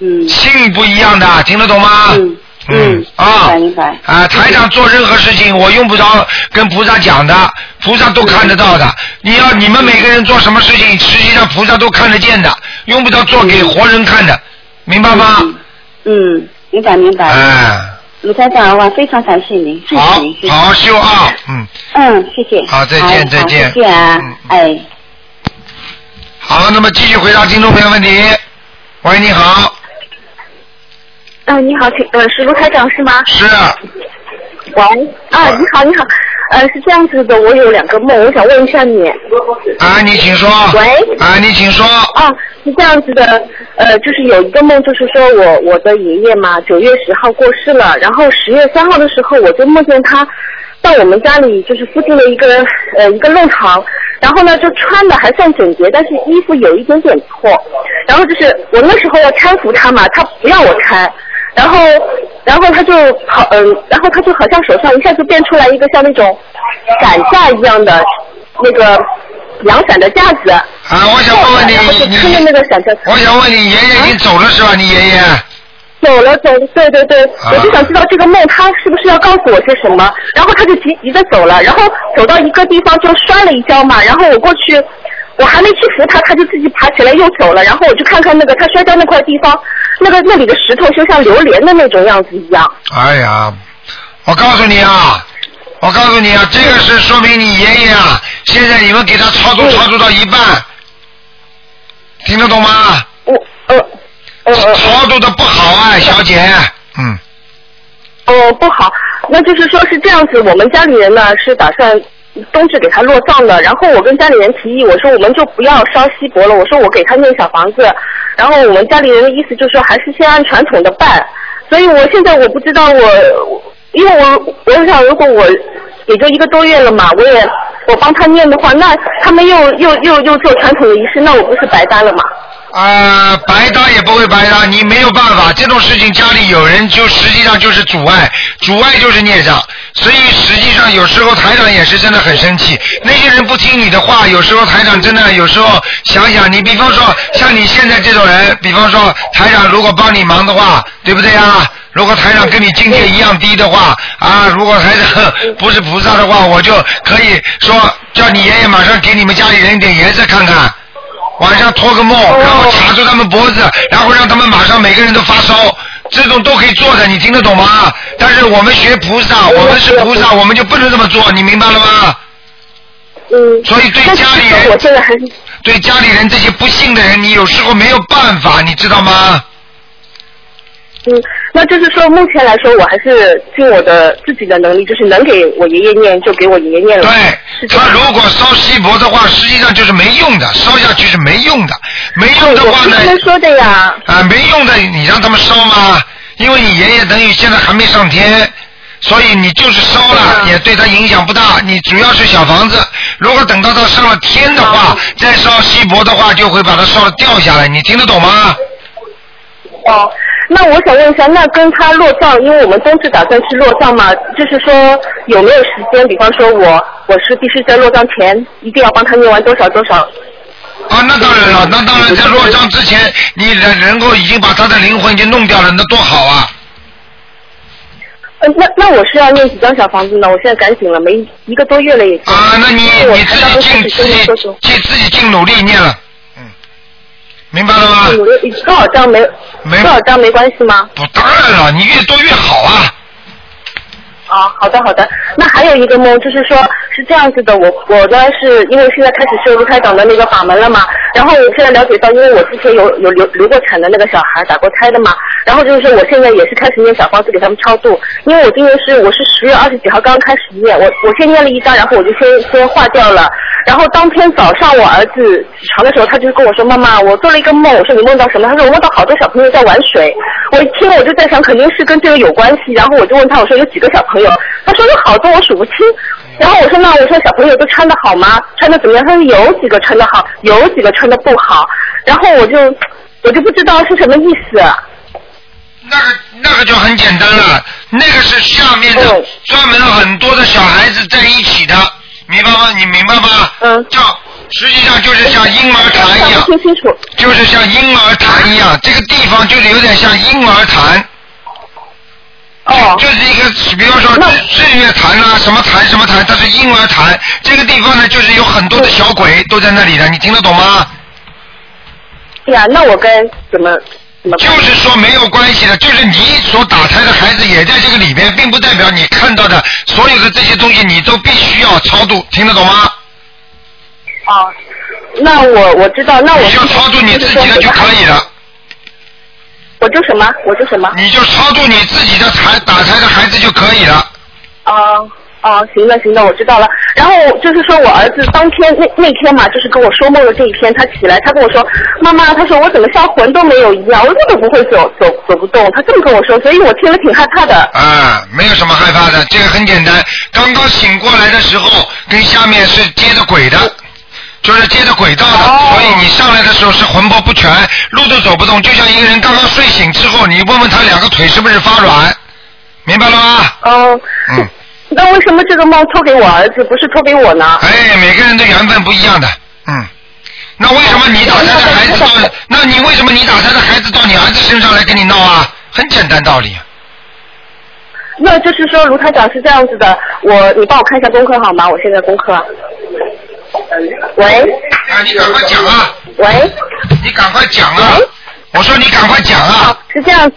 嗯
性不一样的，啊听得懂吗？
嗯
嗯
嗯，
啊
明白明白。
啊，台长做任何事情，我用不着跟菩萨讲的，菩萨都看得到
嗯
的。你要你们每个人做什么事情，实际上菩萨都看得见的，用不着做给活人看的，明白吗？
嗯，明白明白。
哎，
卢台长，哇，非常感谢您，谢
好
谢您，谢谢。
好好修啊，嗯，
嗯，谢谢。
好再见
哎
再见
好谢谢啊
嗯嗯，
哎。
好，那么继续回答听众朋友问题。喂，你好，
啊，你好，请呃是卢台长是吗？
是，
喂，啊，你好，你好，呃是这样子的，我有两个梦，我想问一下你。
啊，你请说，
喂
啊，你请说，
啊，是这样子的，呃，就是有一个梦，就是说我我的爷爷嘛，九月十号过世了，然后十月三号的时候，我就梦见他到我们家里，就是附近的一个呃一个弄堂，然后呢就穿的还算整洁，但是衣服有一点点破，然后就是我那时候要搀扶他嘛，他不要我搀。然后，然后他就好，嗯，然后他就好像手上一下就变出来一个像那种伞架一样的那个阳伞的架子，
啊，我想问问
哦
然后就
你，
撑着那
你，
个伞在
我想问你爷爷已经走了是吧？你爷爷？
走了走，对对对，
啊
我就想知道这个梦他是不是要告诉我些什么，然后他就急急的走了，然后走到一个地方就摔了一跤嘛，然后我过去，我还没去扶他，他就自己爬起来又走了，然后我就看看那个他摔跤那块地方，那个那里的石头就像榴莲的那种样子一样，
哎呀，我告诉你啊，我告诉你啊，这个是说明你爷爷啊，现在你们给他操作操作到一半，听得懂吗？
我呃呃呃
操作的不好啊，小姐。嗯，
哦，不好，那就是说是这样子，我们家里人呢是打算冬至给他落葬的，然后我跟家里人提议，我说我们就不要烧锡箔了，我说我给他念小房子，然后我们家里人的意思就是说还是先按传统的办，所以我现在我不知道我，因为我我想如果我也就一个多月了嘛，我也我帮他念的话，那他们又又又又做传统的仪式，那我不是白搭了吗？
啊，白搭也不会白搭，你没有办法，这种事情家里有人就实际上就是阻碍，阻碍就是孽障，所以实际上有时候台长也是真的很生气，那些人不听你的话，有时候台长真的有时候想想你，比方说像你现在这种人，比方说台长如果帮你忙的话，对不对啊？如果台长跟你境界一样低的话，啊，如果台长不是菩萨的话，我就可以说叫你爷爷马上给你们家里人一点颜色看看。晚上托个梦，
哦
然后卡住他们脖子，然后让他们马上每个人都发烧，这种都可以做的，你听得懂吗？但是我们学菩萨，我们是菩萨，我们就不能这么做，你明白了吗？
嗯，
所以对
但是
家里
其实我
人，
现在还是
对家里人这些不幸的人，你有时候没有办法，你知道吗？
嗯，那就是说，目前来说，我还是尽我的自己的能力，就是能给我爷爷念就给我爷爷念了。
对
嗯是这
他
样
如果烧锡箔的话，实际上就是没用的，烧下去是没用的，没用的
哦我
话
听
呢？
他们说的呀，
啊，没用的，你让他们烧吗？因为你爷爷等于现在还没上天，所以你就是烧了，
啊
也对他影响不大。你主要是小房子，如果等到他上了天的
啊
话，再烧锡箔的话，就会把它烧掉下来。你听得懂吗？
哦，那我想问一下，那跟他落葬，因为我们冬至打算去落葬嘛，就是说有没有时间？比方说我我是必须在落葬前一定要帮他念完多少多少。
啊，那当然了，那当然，在落葬之前，你能能够已经把他的灵魂已经弄掉了，那多好啊！
呃，那那我是要念几张小房子呢？我现在赶紧了，没一个多月了也。
啊，那你
因为我
你自
看到
己
都
尽
开始
自
跟您说
己
说，
尽自己尽努力念了，嗯，明白了吗？
嗯多少张没
啊没
多少张没关系吗？
不，当然了，你越多越好啊。
啊，好的好的。那还有一个梦，就是说是这样子的，我我呢是因为现在开始修卢开长的那个法门了嘛，然后我现在了解到，因为我之前有有流流过产的那个小孩打过胎的嘛，然后就是说我现在也是开始念小房子给他们超度，因为我今年是我是十月二十几号刚开始念，我我先念了一张，然后我就先先化掉了。然后当天早上我儿子起床的时候，他就跟我说：“妈妈，我做了一个梦。”我说：“你梦到什么？”他说：“我梦到好多小朋友在玩水。”我一听我就在想，肯定是跟这个有关系。然后我就问他：“我说有几个小朋友？”他说：“有好多，我数不清。”然后我说：“那我说小朋友都穿的好吗？穿的怎么样？”他说：“有几个穿的好，有几个穿的不好。”然后我就我就不知道是什么意思。
那个那个就很简单了，那个是下面的
嗯
专门很多的小孩子在一起的，明白吗？你明白吗？
嗯
叫实际上就是像婴儿
我
痰一样
不，清楚。
就是像婴儿痰一样，这个地方就是有点像婴儿痰。
哦
就，就是一个，比方说日日月潭啦、什么潭什么潭，它是婴儿潭。这个地方呢，就是有很多的小鬼都在那里的，你听得懂吗？
对呀、那我该怎么怎么办？
就是说没有关系的，就是你所打胎的孩子也在这个里边，并不代表你看到的所有的这些东西，你都必须要超度，听得懂吗？
哦，那我我知道，那我
你就超度你自己的就可以了，
我就什么，我就什么。
你就超度你自己的孩打胎的孩子就可以了。
哦哦，行的行的，我知道了。然后就是说我儿子当天那那天嘛，就是跟我说梦的这一天，他起来，他跟我说，妈妈，他说我怎么像魂都没有一样，我根本不会走走走不动，他这么跟我说，所以我听了挺害怕的。
啊，没有什么害怕的，这个很简单。刚刚醒过来的时候，跟下面是接着轨的，就是接着轨道的，所以你上来的时候是魂魄不全，路都走不动，就像一个人刚刚睡醒之后，你问问他两个腿是不是发软，明白了吗？
哦，
嗯，
那为什么这个梦托给我儿子，不是托给我呢？
哎，每个人的缘分不一样的，嗯。那为什么你打胎的孩子到？那你为什么你打胎的孩子到你儿子身上来跟你闹啊？很简单道理。啊
那就是说卢台长是这样子的，我你帮我看一下功课好吗？我现在功课。喂
哎，你赶快讲啊！
喂。
你赶快讲啊！
哎
我说你赶快讲啊！
是这样，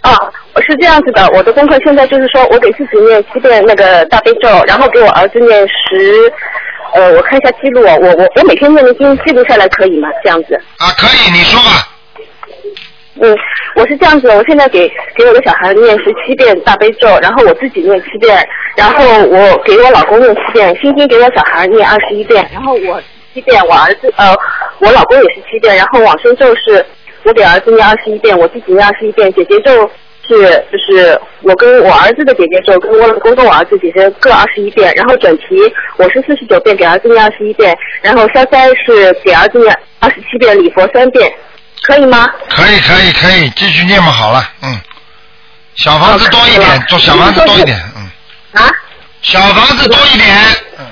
啊，我是这样子的，我的功课现在就是说我给自己念七遍那个大悲咒，然后给我儿子念十，呃，我看一下记录，我我我每天念的经记录下来可以吗？这样子，
啊，可以，你说吧。
嗯，我是这样子，我现在给给我的小孩念十七遍大悲咒，然后我自己念七遍，然后我给我老公念七遍，星星给我小孩念二十一遍，然后我七遍，我儿子呃，我老公也是七遍，然后往生咒是我给儿子念二十一遍，我自己念二十一遍，姐姐咒是就是我跟我儿子的姐姐咒，跟我老公跟我儿子姐姐各二十一遍，然后准提我是四十九遍，给儿子念二十一遍，然后消灾是给儿子念二十七遍，礼佛三遍，可以吗？
可以，可以，可以，继续念嘛，好了，嗯。小房子多一
好
点
的，
做小房子多一点，嗯。
啊？
小房子多一点，嗯。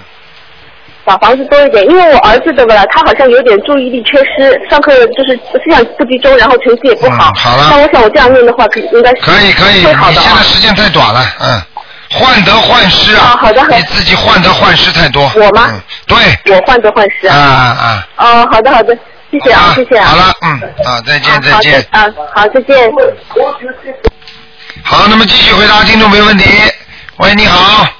小房子多一点，因为我儿子对不啦，他好像有点注意力缺失，上课就是思想不集中，然后成绩也不好。
嗯好了
但我想我这样念的话，可应该是
可以，可以，
会好
你
的
现
啊
在。时间太短了，嗯。患得患失啊
啊！好的好的
你自己患得患失太多。
我吗
嗯，对。
我患得患失
啊
啊。
啊啊！
哦，好的好的，谢谢啊，
好
谢谢啊。
好了，嗯，啊，再见，再见。
啊，好的啊好，再见。
好，那么继续回答听众没问题。喂，你好。
啊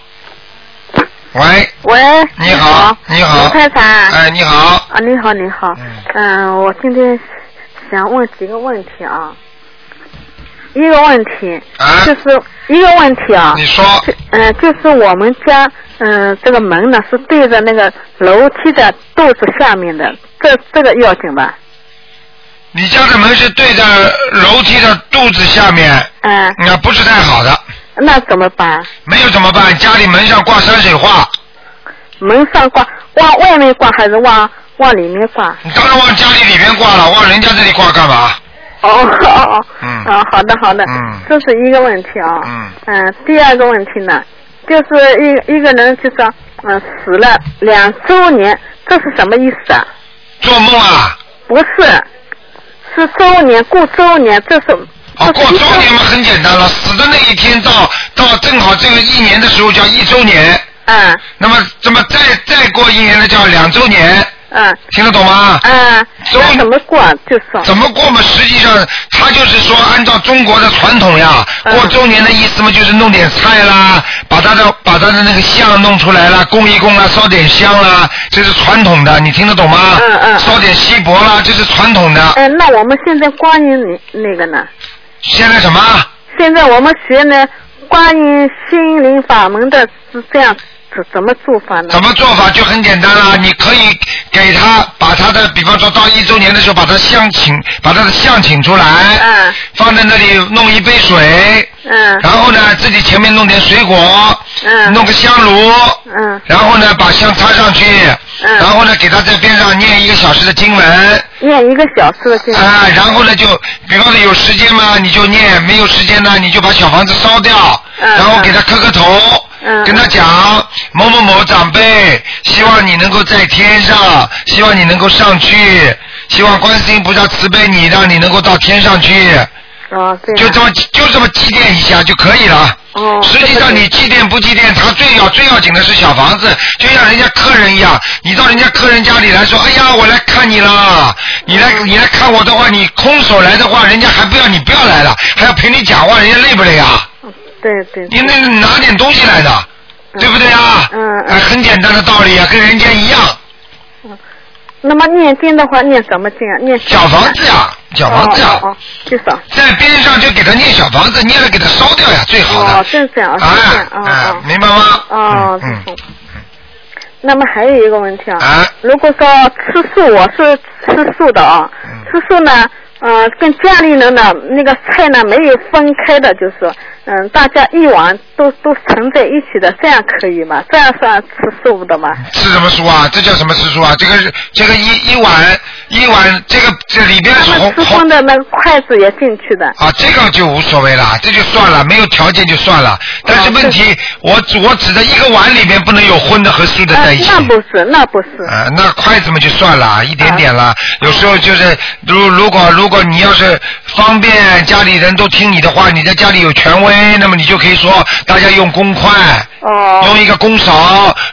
喂，
喂，
你好，你好。
卢太长啊，
哎，你好。
啊，你好，你好，嗯，我今天想问几个问题啊，一个问题
啊，
就是一个问题啊，
你说
就嗯，就是我们家嗯这个门呢是对着那个楼梯的肚子下面的，这这个要紧吧？
你家的门是对着楼梯的肚子下面，
嗯，
那不是太好的。
那怎么办？
没有怎么办？家里门上挂山水画，
门上挂，往外面挂还是往往里面挂？
你当然往家里里边挂了，往人家这里挂干嘛？
哦哦哦，
嗯
哦，好的好的，
嗯
这是一个问题啊，
嗯
嗯，第二个问题呢，就是一一个人就是嗯死了两周年，这是什么意思啊？
做梦啊！
不是，是周年过周年，这是
哦，
这
过
是一
周年嘛，很简单了。死的那一天到到正好这个一年的时候叫一周年，
嗯
那么这么再再过一年的叫两周年，
嗯
听得懂吗？
嗯，
周
那怎么过啊就是
怎么过嘛？实际上，他就是说，按照中国的传统呀，
嗯
过周年的意思嘛，就是弄点菜啦，把他的把他的那个像弄出来啦，供一供啦，烧点香啦，这是传统的，你听得懂吗？
嗯嗯
烧点锡箔啦，这是传统的。
嗯，那我们现在观音里那个呢？
现在什么？
现在我们学呢观音心灵法门的是这样怎怎么做法呢？
怎么做法就很简单啦，你可以给他把他的，比方说到一周年的时候，把他像请，把他的像请出来，
嗯
放在那里弄一杯水，
(laughs) 嗯
然后呢，自己前面弄点水果，
嗯
弄个香炉，
嗯
然后呢，把香插上去，
嗯
然后呢，给他在边上念一个小时的经文，
念一个小时的经文。
啊，然后呢，就比方说有时间嘛，你就念；没有时间呢，你就把小房子烧掉，
嗯
然后给他磕个头，
嗯
跟他讲某某某长辈，希望你能够在天上，希望你能够上去，希望观世音菩萨慈悲你，让你能够到天上去。
哦，对啊。
就这么就这么祭奠一下就可以了。
哦
实际上你祭奠不祭奠，他最要最要紧的是小房子，就像人家客人一样，你到人家客人家里来说，哎呀，我来看你了，你来
嗯
你来看我的话，你空手来的话，人家还不要你不要来了，还要陪你讲话，人家累不累啊？
对对。
你那拿点东西来的，对不对啊？
嗯嗯
哎，很简单的道理啊，跟人家一样，
那么念经的话，念什么经啊？念
小房子呀，小房子呀。啊
哦哦哦，就少。
在边上就给他念小房子，念了给他烧掉呀，最好的。
哦正是啊
啊
是这样，哦
啊
哦
明白吗？
哦，
嗯
这种。那么还有一个问题啊，
啊
如果说吃素，我是吃素的啊，
嗯
吃素呢，呃，跟家里人的那个菜呢没有分开的，就是说，嗯、大家一碗都都盛在一起的，这样可以吗？这样算吃素的吗？
吃什么素啊？这叫什么吃素啊？这个是这个一一碗一碗，这个这里边是
他
红
们吃荤
红
的那个筷子也进去的，
啊，这个就无所谓了，这就算了，没有条件就算了。但是
哦
问题，我指我指的一个碗里面不能有荤的和素的
呃
在一起。
那不是，那不是，
呃，那筷子嘛就算了，一点点
啊
了。有时候就是，如如果如果你要是方便家里人都听你的话，你在家里有权威，那么你就可以说大家用公筷，
哦，
用一个公勺。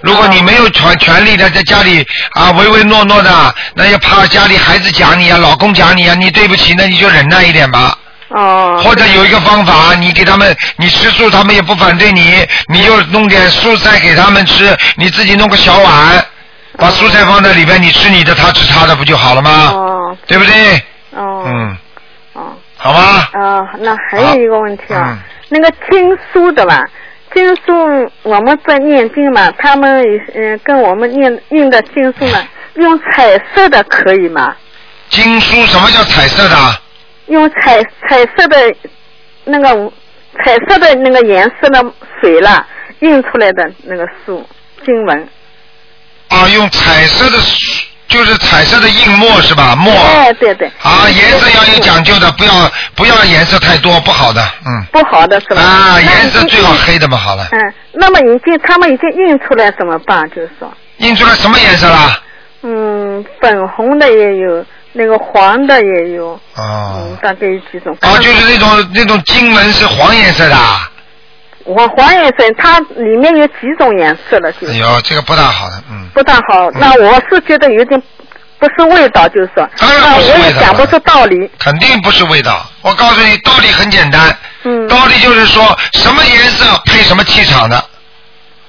如果你没有权权利的，在家里啊唯唯诺诺的，那也怕家里孩子讲你呀、老公讲你呀、你对不起，那你就忍耐一点吧。
哦，
或者有一个方法，你给他们，你吃素，他们也不反对你，你就弄点蔬菜给他们吃，你自己弄个小碗，把蔬菜放在里边，你吃你的，他吃他的，不就好了吗？
哦，
对不对？啊
哦，
嗯，
哦。
好吗？
啊，那还有一个问题
好
啊
嗯，
那个经书的吧，经书我们在念经嘛，他们也是嗯、跟我们念印的经书
(laughs)
呢，用彩色的可以吗？
经书什么叫彩色的？
用彩彩色的那个彩色的那个颜色的水啦，印出来的那个书经文，
哦啊，用彩色的，就是彩色的印墨是吧？墨
哎，对对，
啊，颜色要有讲究的，不要不要颜色太多，不好的，嗯。
不好的是吧？
啊，
那
颜
已
色
经
最好黑的嘛，好了，
嗯，那么已经他们已经印出来怎么办？就是说。
印出来什么颜色啦？
嗯，粉红的也有，那个黄的也有，
哦
嗯，，大概有几种。
哦，就是那种那种经文是黄颜色的啊。
我黄颜色，它里面有几种颜色了，就
哎呦，这个不大好的，嗯。
不大好。那我是觉得有点不是味道，就是说，
当然
那
不是味道
我也讲不出道理。
肯定不是味道。我告诉你，道理很简单，
嗯，
道理就是说什么颜色配什么气场的，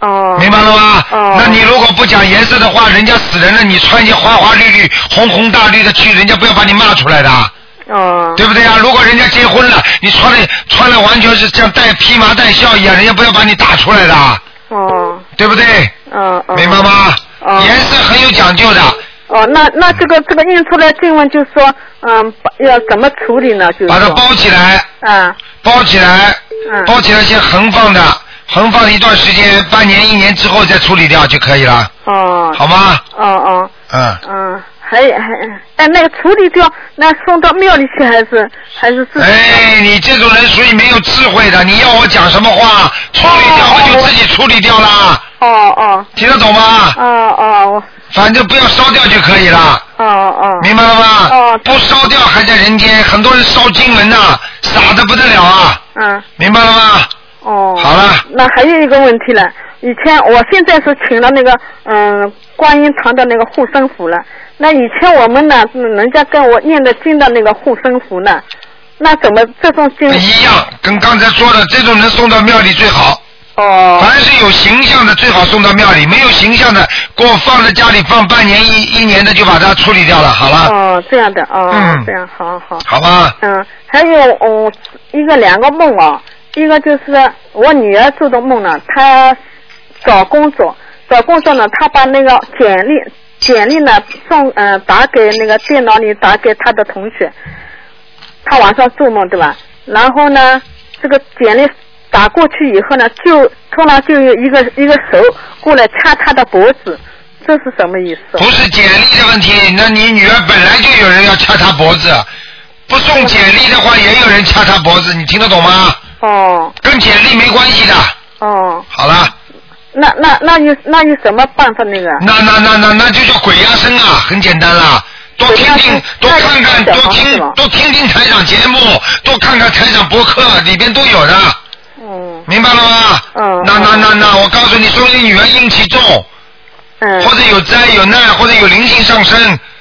哦，
明白了吗？
哦
那你如果不讲颜色的话，人家死人了，你穿件花花绿绿、红红大绿的去，人家不要把你骂出来的啊。
哦，
对不对啊？如果人家结婚了，你穿的穿的完全是像带披麻戴孝一样，人家不要把你打出来的啊，
哦，
对不对？
哦，哦
明白？吗？
哦
颜色很有讲究的，
哦，那那这个这个印出来经文，就是说，嗯，把要怎么处理呢？就是
把它
说，
包起来，
啊，
包起来，
嗯
包起来先横放的，横放一段时间，半年一年之后再处理掉就可以了，
哦，
好吗？
哦哦。
嗯，
嗯，还还哎，那个处理掉，那送到庙里去还是还是自己？
哎，你这种人属于没有智慧的，你要我讲什么话？处理掉
哦
我就
我
自己处理掉啦，
哦哦
听得懂吗？
哦哦
反正不要烧掉就可以了。
哦哦
明白了吗？
哦
不烧掉还在人间，很多人烧经文呐、傻的不得了啊！
嗯
明白了吗？
哦。
好了
那还有一个问题了，以前我现在是请了那个嗯观音堂的那个护身符了，那以前我们呢，嗯人家跟我念的经的那个护身符呢，那怎么这种经？
一样，跟刚才说的，这种人送到庙里最好。
哦
凡是有形象的最好送到庙里，没有形象的，给我放在家里放半年一一年的就把它处理掉了，好了，
哦这样的哦、
哎嗯
这样好好。
好吧？
嗯，还有嗯，一个两个梦啊，一个就是我女儿做的梦呢，她找工作，找工作呢，她把那个简历简历呢送嗯、呃打给那个电脑里打给她的同学，她晚上做梦对吧？然后呢，这个简历打过去以后呢，就突然就有一个一个手过来掐她的脖子，这是什么意思？哦
不是简历的问题，那你女儿本来就有人要掐她脖子，不送简历的话也有人掐她脖子，你听得懂吗？
哦
跟简历没关系的，
哦，
好了，
那那那有那有什么办法那个？
那那那那那就叫鬼压身啊，很简单啦。多听听，多看看，多听，多听听台长节目，多看看台长博客，里边都有的。嗯。明白了吗？嗯。那那那那，我告诉你，说明你女儿阴气重。嗯。或者有灾有难，或者有灵性上升，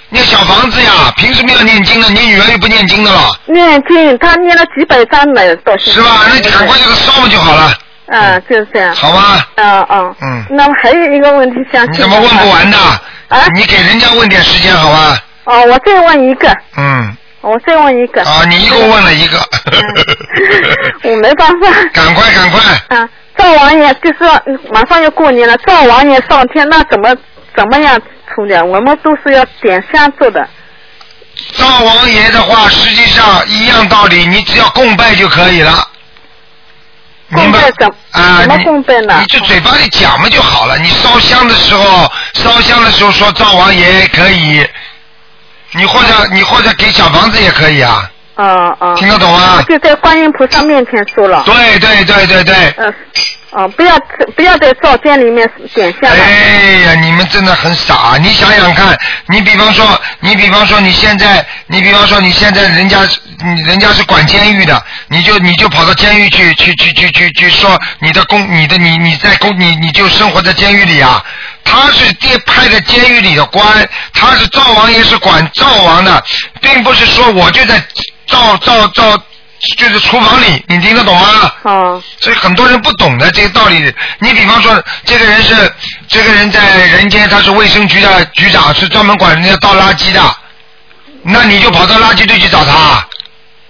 念小房子呀，凭什么要念经呢？你女儿又不念经的了，
念经，他念了几百张了，到现在。
是吧？那赶快给她烧了就好了。
嗯，嗯就是这样。
好吧。
嗯嗯。
嗯。
那么还有一个问题想
你
请
怎么
教
问不
他
完的？
啊
你给人家问点时间好吧？
哦，我再问一个，
嗯。
我再问一个。
啊，你一共问了一个。
我 (laughs) 没办法。
(laughs) 赶快赶快，
啊，灶王爷就是嗯马上要过年了，灶王爷上天，那怎么怎么样处理啊？我们都是要点香做的。
灶王爷的话，实际上一样道理，你只要供拜就可以了。明白
供拜怎
啊，
怎么
你
供拜呢
你就嘴巴里讲嘛就好了。你烧香的时候，烧香的时候说灶王爷可以，你或者你或者给小房子也可以啊。
嗯嗯。
听得懂吗
就在观音菩萨面前说了。
对对对对对。
嗯、哦、不要不要在灶间里面点香了。
哎呀，你们真的很傻！你想想看，你比方说，你比方说你现在，你比方说你现在人家是，你人家是管监狱的，你就你就跑到监狱去去去去去去说你的公你的你你在公你你就生活在监狱里啊。他是爹派在监狱里的官，他是灶王爷是管灶王的，并不是说我就在灶灶灶就是厨房里，你听得懂吗？
哦
所以很多人不懂的这个道理。你比方说，这个人是这个人在人间，他是卫生局的局长，是专门管人家倒垃圾的，那你就跑到垃圾堆去找他，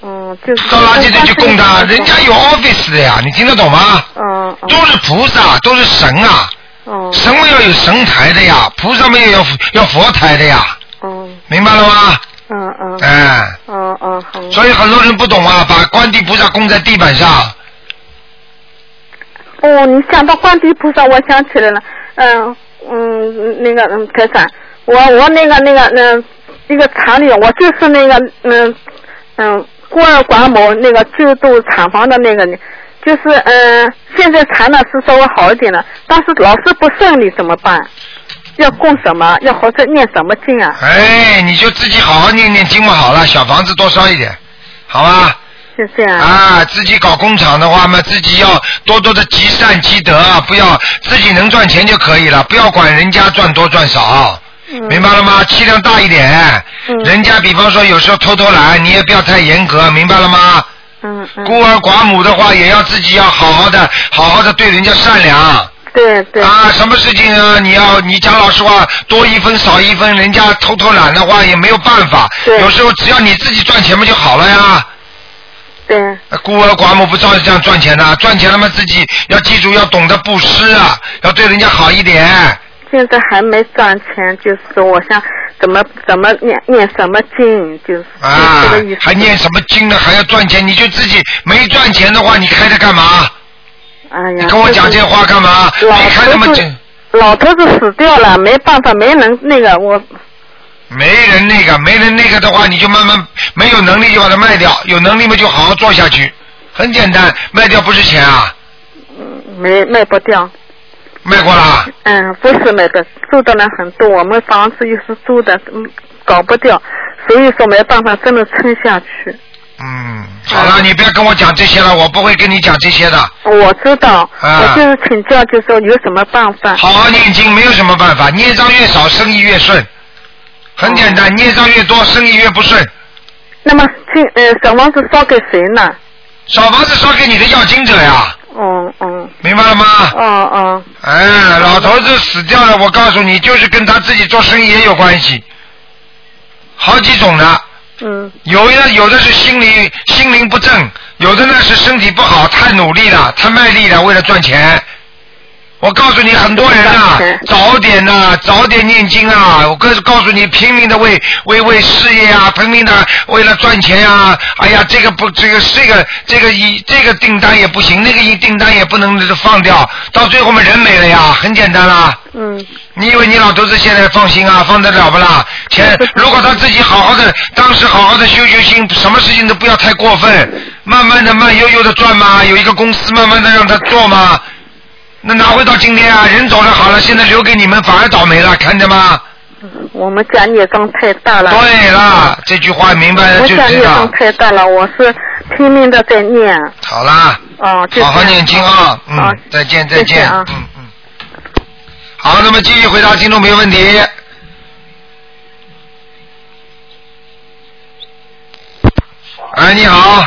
嗯，就是。
到垃圾堆去供
哦
他，人家有 office 的呀，你听得懂吗？
嗯嗯
都是菩萨，都是神啊，
嗯
神们要有神台的呀，菩萨们也要要佛台的呀，
嗯
明白了吗？
嗯嗯
哎、
嗯嗯好。
所以很多人不懂啊，把观地菩萨供在地板上，
哦，你想到观地菩萨，我想起来了。嗯嗯，那个嗯，台长，我我那个那个嗯，那个厂里我就是那个嗯嗯孤儿寡母那个救助厂房的那个，就是嗯现在厂呢是稍微好一点了，但是老是不顺利怎么办？要供什么？要或者念什么经啊？
哎，你就自己好好念念经嘛，好了，小房子多烧一点，好吧？
是这样。
啊，自己搞工厂的话嘛，自己要多多的积善积德啊，不要自己能赚钱就可以了，不要管人家赚多赚少，
嗯
明白了吗？气量大一点，人家比方说有时候偷偷懒，你也不要太严格，明白了吗？
嗯嗯，
孤儿寡母的话，也要自己要好好的，好好的对人家善良。
对对。
啊，什么事情啊？你要你讲老实话，多一分少一分，人家偷偷懒的话也没有办法。
对
有时候只要你自己赚钱不就好了呀？
对
孤儿寡母不照样赚钱呐、赚钱了嘛，自己要记住要懂得布施啊，要对人家好一点。
现在还没赚钱，就是说我想怎么怎么念念什么经，就是
啊
这个意思。，
还念什么经呢？还要赚钱？你就自己没赚钱的话，你开它干嘛？
哎
你
呀，
跟我讲这话干嘛？
老
没开那么
头
紧
子，老头子死掉了，没办法，没人那个我，
没人那个，没人那个的话，你就慢慢没有能力就把它卖掉，有能力嘛就好好做下去，很简单，卖掉不是钱啊，
嗯没卖不掉。
卖过啊啦，
嗯，不是卖的，住的人很多，我们房子又是租的，嗯，搞不掉，所以说没办法，真的撑下去。
嗯，好了，你不要跟我讲这些了，我不会跟你讲这些的，
我知道，
啊
我就是请教，就是说有什么办法？
好好念经没有什么办法，孽障越少，生意越顺，很简单，孽障越多，生意越不顺。
那么，这呃，小王子烧给谁呢？
小房子烧给你的要经者呀，
嗯嗯，
明白了吗？
哦哦，
哎，老头子死掉了，我告诉你，就是跟他自己做生意也有关系，好几种呢。
嗯。
有的有的是心理心灵不正，有的呢是身体不好，太努力了，太卖力了，为了赚钱。我告诉你，很多人啊
赚钱，
早点呐、早点念经啊！我告告诉你，拼命的为为为事业啊，拼命的为了赚钱啊！哎呀，这个不，这个这个这个一这个订单也不行，那个一订单也不能放掉，到最后嘛，人没了呀，很简单啊啦。
嗯，
你以为你老头子现在放心啊，放得了不啦？钱，如果他自己好好的，当时好好的修修心，什么事情都不要太过分，慢慢的慢悠悠的赚嘛，有一个公司慢慢的让他做嘛，那哪会到今天啊？人走了好了，现在留给你们反而倒霉了，看见吗？
我们家孽障太大了。
对啦，这句话明白
我
了就
家孽
知道
障。太大了，我是拼命的在念。
好啦，
哦，就这
好好
样
念经
哦
啊，
好
嗯，再见
谢谢
再见，
啊
嗯嗯。好，那么继续回答听众朋友问题。哎，你好，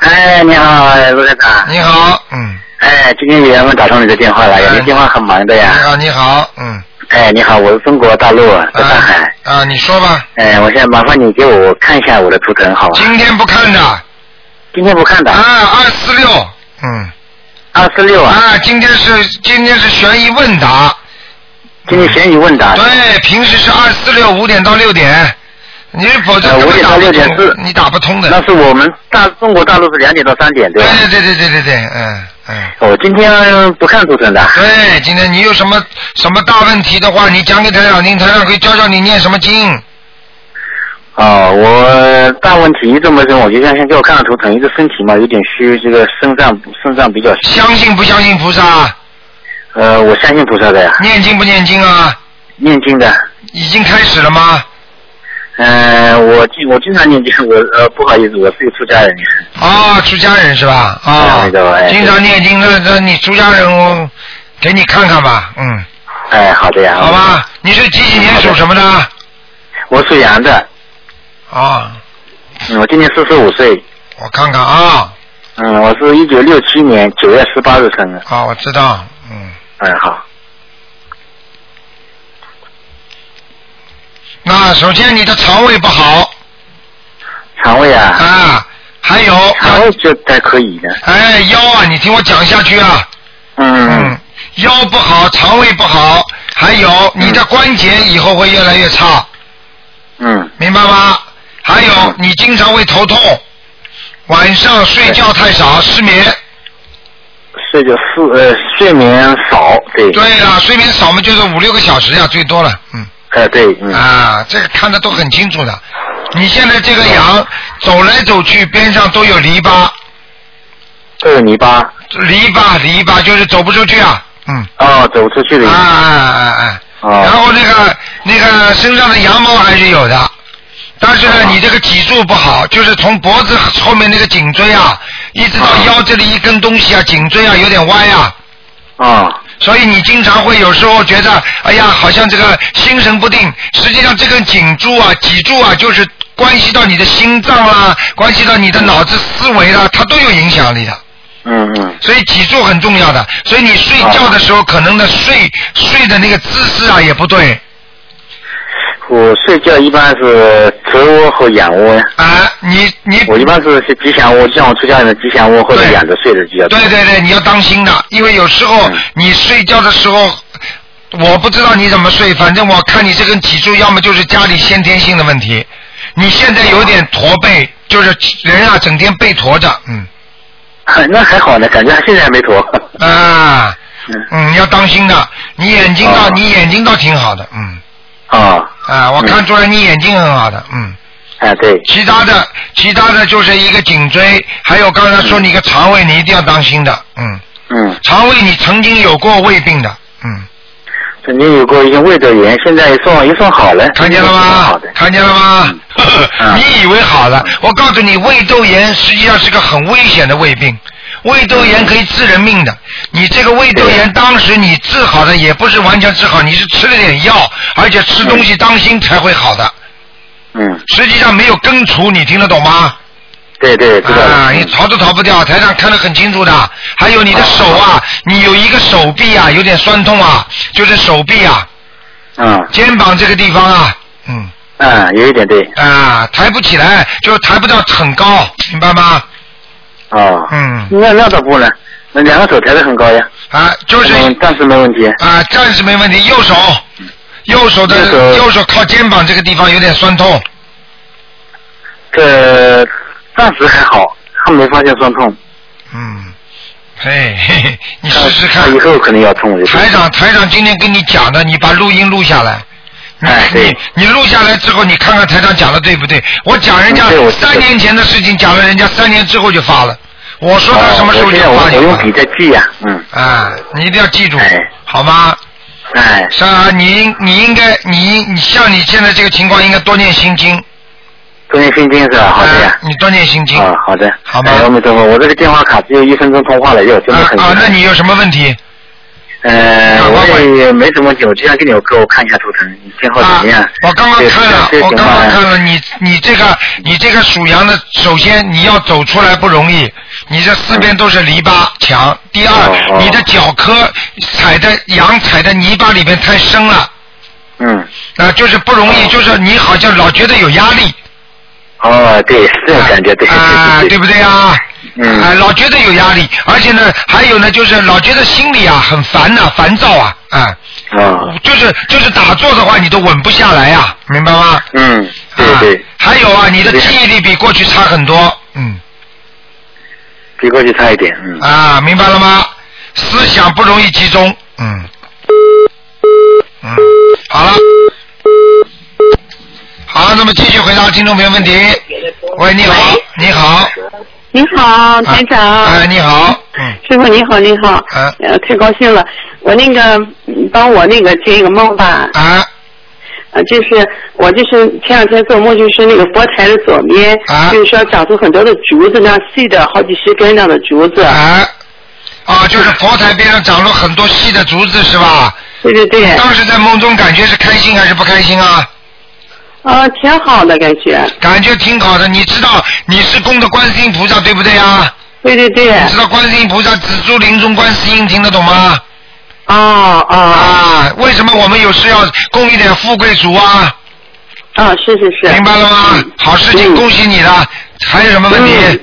哎，你好，卢台长。
你好，嗯，
哎，今天也我们打通你的电话了，有
哎
的电话很忙的
你
呀。
好，你好，嗯，
哎，你好，我是中国大陆，在上
啊
海。
啊，你说吧，
哎，我现在麻烦你给我看一下我的图腾，好吧？
今天不看的，啊，
今天不看的，
二四六，嗯，
二四六啊，
啊，今天是今天是悬疑问答，
今天悬疑问答。
对，平时是二四六五点到六点，你否则
呃
根本
5点
打
到
不
6点
通
是，
你打不通的。
那是我们大中国大陆是两点到三点，对吧？
哎对对对对对对，嗯嗯，
我今天不看图腾的。
对，今天你有什么什么大问题的话，你讲给台长听，台长可以教教你念什么经。
哦，我大问题一直没什么，我就像先给我看看图腾，一个身体嘛有点虚，这个身上身上比较虚。
相信不相信菩萨？
呃，我相信菩萨的呀，
念经不念经啊？
念经的。
已经开始了吗？
嗯，我经我经常念经，我呃不好意思，我是个出家人。
啊、出家人是吧？啊、
对对对
经常念经，那那你出家人，我给你看看吧，嗯，
哎，好的呀。
好。吧？你是几几年属什么的？啊、
我属羊的，嗯，我今年四十五岁，
我看看啊，
嗯，我是一九六七年九月十八日生的。
啊，我知道，嗯，
嗯，好。
那首先你的肠胃不好
肠胃啊，
啊，还有
肠胃就还可以的。
哎，腰啊，你听我讲下去啊。
嗯，，
腰不好，肠胃不好，还有你的关节以后会越来越差，
嗯，
明白吗？还有
嗯
你经常会头痛，晚上睡觉太少，失眠。
睡着睡呃睡眠少，对。。
对了，睡眠少嘛，就是五六个小时呀、最多了。嗯
呃，对，嗯。
啊，这个看得都很清楚的。你现在这个
嗯
羊走来走去，边上都有篱笆，
这个泥巴，
篱笆篱笆就是走不出去啊。嗯。
哦，走出去的。
啊啊啊啊！
哦。
然后那个那个身上的羊毛还是有的，但是呢，
啊
你这个脊柱不好，就是从脖子后面那个颈椎啊，一直到
啊
腰这里一根东西啊，颈椎啊有点歪啊，
哦，
所以你经常会有时候觉得，哎呀，好像这个心神不定。实际上，这根颈柱啊、脊柱啊，就是关系到你的心脏啦，关系到你的脑子思维啦，它都有影响力的。
嗯嗯，
所以脊柱很重要的，所以你睡觉的时
啊
候，可能的睡睡的那个姿势啊也不对。
我睡觉一般是侧卧和仰卧呀。
啊，你你
我一般是是吉祥窝，像我出家人的吉祥窝或者
对
仰着睡的比较多。
对对对，你要当心的，因为有时候
嗯
你睡觉的时候，我不知道你怎么睡，反正我看你这根脊柱，要么就是家里先天性的问题，你现在有点驼背，就是人啊整天背驼着，嗯
(laughs) 那还好呢，感觉现在还没 (laughs) 驼。
啊，
嗯
嗯，你要当心的，你眼睛倒
哦
你眼睛倒挺好的，嗯
哦，
啊，我看出来你眼睛很好的，嗯。
哎对，
其他的，其他的就是一个颈椎，还有刚才说你一个肠胃，你一定要当心的，嗯，
嗯，
肠胃你曾经有过胃病的，嗯，
曾经有过一些胃窦炎，现在一送一送好了。
看见了吗
嗯好的？。
看见了吗？
嗯
(laughs) 你以为好了？我告诉你，胃窦炎实际上是个很危险的胃病，胃窦炎可以致人命的。你这个胃窦炎，
嗯对
当时你治好的也不是完全治好，你是吃了点药，而且吃东西当心才会好的。
嗯，
实际上没有根除，你听得懂吗？
对对，知道了。
啊，你
嗯
逃都逃不掉，台上看得很清楚的。还有你的手啊，你有一个手臂啊，有点酸痛啊，就是手臂啊，
嗯
肩膀这个地方啊，嗯。
嗯，有一点对。
啊，抬不起来，就抬不到很高，明白吗？
哦。
嗯
那那倒不呢，那两个手抬得很高呀。
啊，就是
嗯，暂时没问题。
啊，暂时没问题。右手，右手的
右手
右手靠肩膀这个地方有点酸痛
这呃暂时还好，还没发现酸痛。
嗯，嘿，嘿嘿，
哎
你试试看
那。以后可能要痛我就。
台长，台长今天跟你讲的，你把录音录下来。你
哎
你
对
你录下来之后，你看看台长讲的对不对？我讲人家
嗯对我知道
三年前的事情，讲了人家三年之后就发了。我说他什么时候
哦我现
就
在
发
我
你
我用
吧
笔在记呀、嗯，
啊，你一定要记住
哎，
好吗？
哎，
是啊，你应你应该你你像你现在这个情况，应该多念心经。
中间心经是吧？好的呀
啊。你多念心经。
啊，好的，
好吧
哎阿弥陀佛，我这个电话卡只有一分钟通话了，又真
啊
的很遗憾
啊，那你啊有什么问题？
呃，我也没什么酒，就想跟你哥我看一下图腾，你今后怎
啊
么样？，
我刚刚看了，
这
我刚刚看
这
了你你这个你这个属羊的，首先你要走出来不容易，你这四边都是篱笆墙。第
哦
二，
哦
你的脚科踩在羊踩在泥巴里面太深了，
嗯，
啊，就是不容易，就是你好像老觉得有压力。
哦，对，是这种感觉，对，
啊，
对
对不对啊？
嗯
啊，老觉得有压力，而且呢，还有呢，就是老觉得心里啊很烦呐、烦躁啊，啊，
对，哦，
就是就是打坐的话，你都稳不下来啊，明白吗？
嗯，对
啊
对，
还有啊，你的
对
记忆力比过去差很多，嗯，
比过去差一点，嗯，
啊，明白了吗？思想不容易集中，嗯，嗯，好了，好了，那么继续回答听众朋友问题。喂，你好，你好，
你好，
台
长。
哎，你好，嗯。
师傅你好，你好，
啊
呃，太高兴了。我那个，你帮我那个接一个梦吧，
啊
呃，就是我就是前两天做梦，就是那个佛台的左边，
啊
就是说长出很多的竹子，那样细的好几十根那样的竹子。
啊啊！就是佛台边上长了很多细的竹子，是吧？
对对对，
当时在梦中感觉是开心还是不开心啊？
啊，挺好的感觉。
感觉挺好的，你知道你是供的观世音菩萨对不对啊？
对对对，
你知道观世音菩萨紫竹林中观世音，听得懂吗？
啊啊
啊，为什么我们有时要供一点富贵竹啊？
啊，是是是。
明白了吗？好事情，
嗯
恭喜你了。还有什么问题？
嗯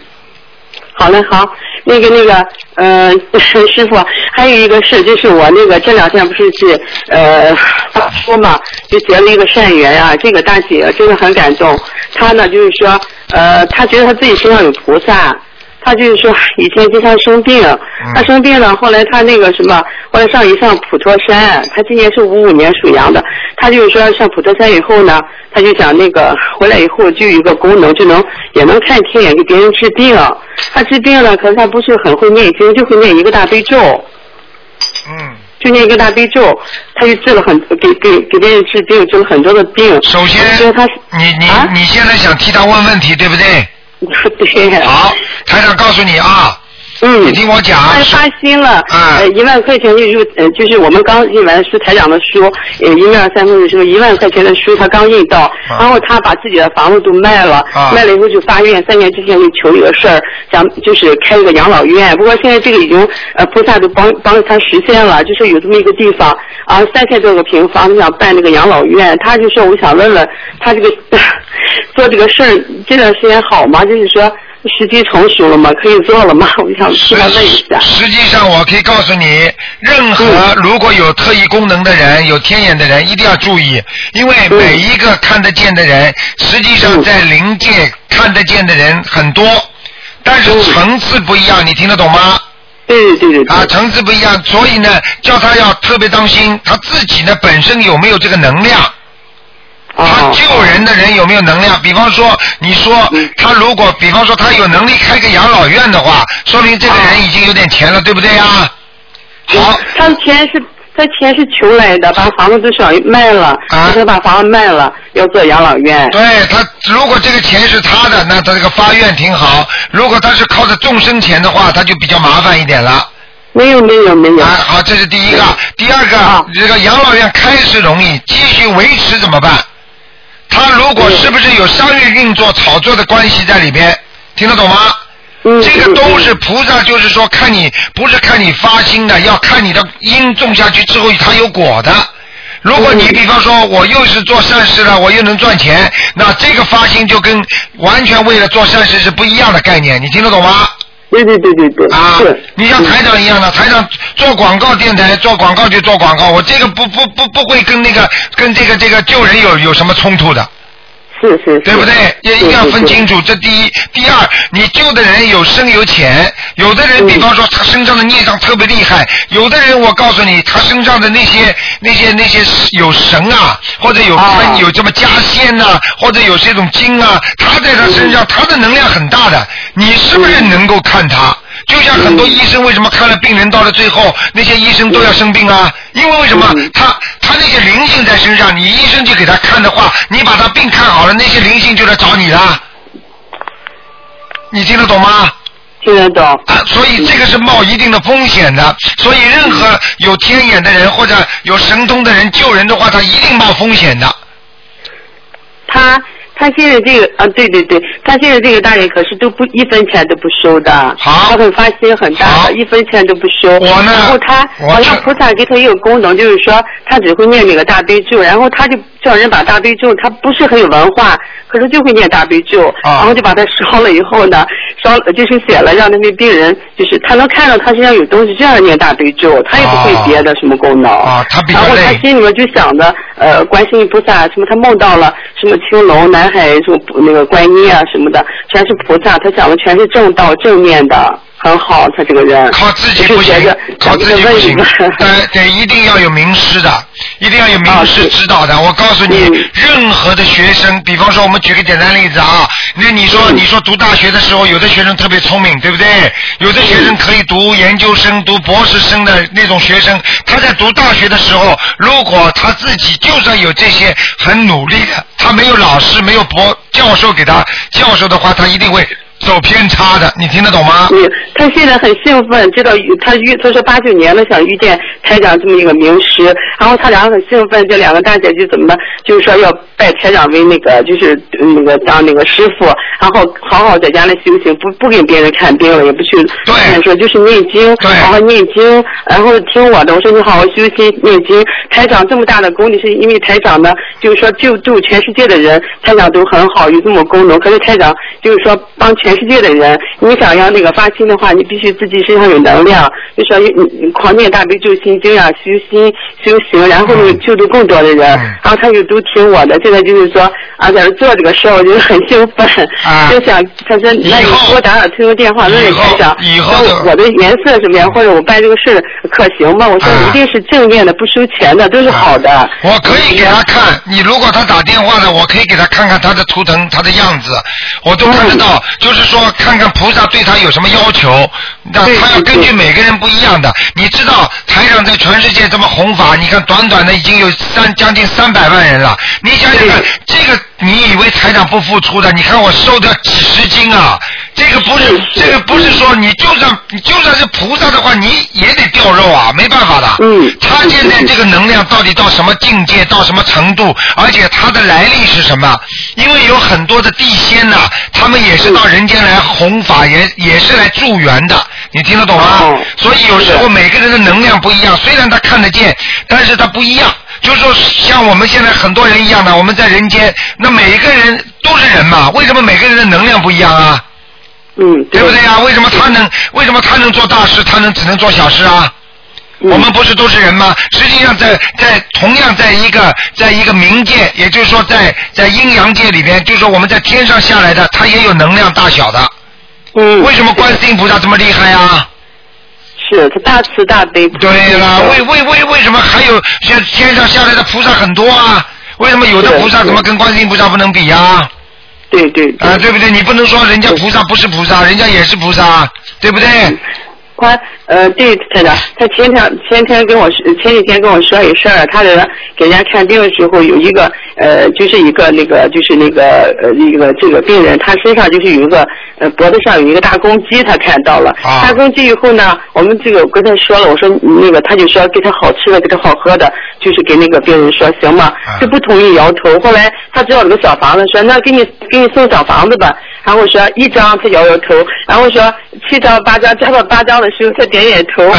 好嘞，好，那个那个，呃，师傅，还有一个事，就是我那个这两天不是去呃发书嘛，就结了一个善缘啊，这个大姐真的很感动。她呢就是说，呃，她觉得她自己身上有菩萨，她就是说以前经常生病，
嗯
她生病了，后来她那个什么，后来上一上普陀山，她今年是五五年属羊的，她就是说上普陀山以后呢，她就想那个回来以后就有一个功能，就能也能看天，也给别人治病。她治病了，可是她不是很会念经，就会念一个大悲咒。
嗯，
就念一个大悲咒，她就治了很给给给别人治病，治了很多的病。 (laughs)
首先
我觉得她
你你
啊
你现在想替他问问题，对不对？
对，
好，台长告诉你啊，
嗯，
你听我讲
他，
啊是
发新了，
嗯
呃，一万块钱就入，呃，就是我们刚印完书台长的书，呃，一面三分的时候，一万块钱的书他刚印到，
啊
然后他把自己的房子都卖了，
啊
卖了以后就发愿，三年之前就求一个事儿，想就是开一个养老院，不过现在这个已经呃菩萨都帮帮他实现了，就说有这么一个地方啊，三千多个平方，他想办那个养老院，他就说我想问问他
(laughs)
这个做这个事儿这段时间好吗？就是说。时机成熟了吗？可以做
(laughs)
了吗？我就想替
实
他问一下。
呃实际上，我可以告诉你，任何如果有特异功能的人、有天眼的人，一定要注意，因为每一个看得见的人，实际上在灵界看得见的人很多，但是层次不一样，你听得懂吗？
对对对对，
啊，层次不一样，所以呢，叫他要特别当心，他自己呢本身有没有这个能量。他
啊，
救人的人有没有能量？比方说，你说他如果，比方说他有能力开个养老院的话，说明这个人已经有点钱了，对不对呀？好，
他的钱是他钱是求来的，把房子都想卖了，
啊
他把房子卖了，要做养老院。
对他如果这个钱是他的，那他这个发愿挺好；如果他是靠着众生钱的话，他就比较麻烦一点了。
没有没有没有，
啊，好，这是第一个，第二个，
啊
这个养老院开始容易，继续维持怎么办？他如
嗯
果是不是有商业运作、炒作的关系在里边，听得懂吗？
嗯，
这个都是菩萨，就是说看你不是看你发心的，要看你的因种下去之后它有果的。如果
嗯
你比方说我又是做善事了，我又能赚钱，那这个发心就跟完全为了做善事是不一样的概念，你听得懂吗？
对对对对对，
啊
是，
你像台长一样的，台长做广告电台做广告就做广告，我这个不不不不会跟那个跟这个这个救人有有什么冲突的，
是是是，
对不对？也一定要分清
楚。
楚，这第一，第二，你救的人有深有浅，有的
嗯
人，比方说他身上的孽障特别厉害，有的人我告诉你，他身上的那些那些那些有神啊，或者有分、有这么加仙呐、或者有这种经啊，他在他身上、他的能量很大的，你是不是能够看他？就像很多医生为什么看了病人到了最后，那些医生都要生病啊？因为为什么他他那些灵性在身上，你医生去给他看的话，你把他病看好了，那些灵性就来找你了。你听得懂吗？
听得懂。
啊，所以这个是冒一定的风险的，所以任何有天眼的人或者有神通的人救人的话，他一定冒风险的。
他他现在这个啊，对对对，他现在这个大人可是都不一分钱都不收的，
好
他很发心很大的，一分钱都不收。
我呢
然后他
我
好像
这
菩萨给他一个功能，就是说他只会念那个大悲咒，然后他就叫人把大悲咒，他不是很有文化，可是就会念大悲咒，
啊
然后就把它烧了以后呢，烧就是写了让那位病人，就是他能看到他身上有东西，这样念大悲咒，他也不会别的什么功能。
啊他比较
然后他
累
心里面就想着，呃，观世音菩萨什么，他梦到了什么青龙、南海什么那个观音啊什么的，全是菩萨，他想的全是正道、正面的，很好，他这个人。
靠自己不行
我就觉得，
靠自己不行
咱们，得问
但得一定要有名师的，一定要有名师指导的。我告诉你
啊嗯，
任何的学生，比方说我们举个简单例子啊，那你
嗯
说你说读大学的时候，有的学生特别聪明，对不对？有的
嗯
学生可以读研究生、读博士生的那种学生，他在读大学的时候，如果他自己就算有这些很努力的，他没有老师、没有博教授给他教授的话，他一定会走偏差的。你听得懂吗？
嗯，他现在很兴奋，知道遇他遇他说八九年了想遇见台长这么一个名师，然后他俩很兴奋，这两个大姐就怎么办？就是说要拜台长为那个就是嗯那个当那个师傅，然后好好在家里修行，不不给别人看病了，也不去
对
看说就是念经，
对
好好念经，然后听我的，我说你好好修心念经。台长这么大的功力，是因为台长呢，就是说救助全世界的人，台长都很好，有这么功能。可是台长就是说帮全世界的人，你想要那个发心的话，你必须自己身上有能量，就说你你狂念大悲咒心经啊，修心修行，然后
嗯
呢救助更多的人。然后他就都听我的，现在就是说啊，在这做这个事儿，我就很兴奋，
啊
就想他说那
以
你
后
给我打打推通电话，问问台长，
以后以后
说
的
我的颜色什么样，或者我办这个事儿可行吗？我说
啊
一定是正面的，不收钱的，都是好的。
我可以给他看，你如果他打电话呢，我可以给他看看他的图腾、他的样子，我都看得到。就是说，看看菩萨对他有什么要求，那
对
他要
对
根据每个人不一样的。你知道，台长在全世界这么弘法，你看短短的已经有三将近三百万人了。你想想看，这个你以为台长不付出的？你看我瘦掉几十斤啊！这个不是，这个不是说你就算你就算是菩萨的话，你也得掉肉啊，没办法的。
嗯
他现在这个能量到底到什么境界，到什么程度，而且它的来历是什么？因为有很多的地仙呐、他们也是到人间来弘法，也也是来助缘的。你听得懂吗？
哦
所以有时候每个人的能量不一样，虽然他看得见，但是他不一样。就是说，像我们现在很多人一样的，我们在人间，那每个人都是人嘛，为什么每个人的能量不一样啊？
嗯，
对不对啊？为什么他能，为什么他能做大事，他能只能做小事啊？
嗯
我们不是都是人吗？实际上在，在同样在一个在一个冥界，也就是说在在阴阳界里边，就是说我们在天上下来的，它也有能量大小的。
嗯，
为什么观世音菩萨这么厉害呀、啊？
是他大慈大悲？
对啦，为为为为什么还有像天上下来的菩萨很多啊？为什么有的
对
菩萨怎么跟观世音菩萨不能比呀、啊？
对对对。
对不对？你不能说人家菩萨不是菩萨，人家也是菩萨，对不对？
他呃，对，台长，他前天前天跟我说前几天跟我说一事儿，他的给人家看病的时候有一个呃，就是一个那个就是那个呃一个这个病人，他身上就是有一个呃脖子上有一个大公鸡，他看到了。
啊
大公鸡以后呢，我们这个我跟他说了，我说那个他就说给他好吃的，给他好喝的，就是给那个病人说行吗
啊？
就不同意摇头。后来他知道有个小房子，说那给你给你送小房子吧。然后我说一张，他摇摇头。然后我说七张八张，加到八张的时候，他点点
(laughs)
头。然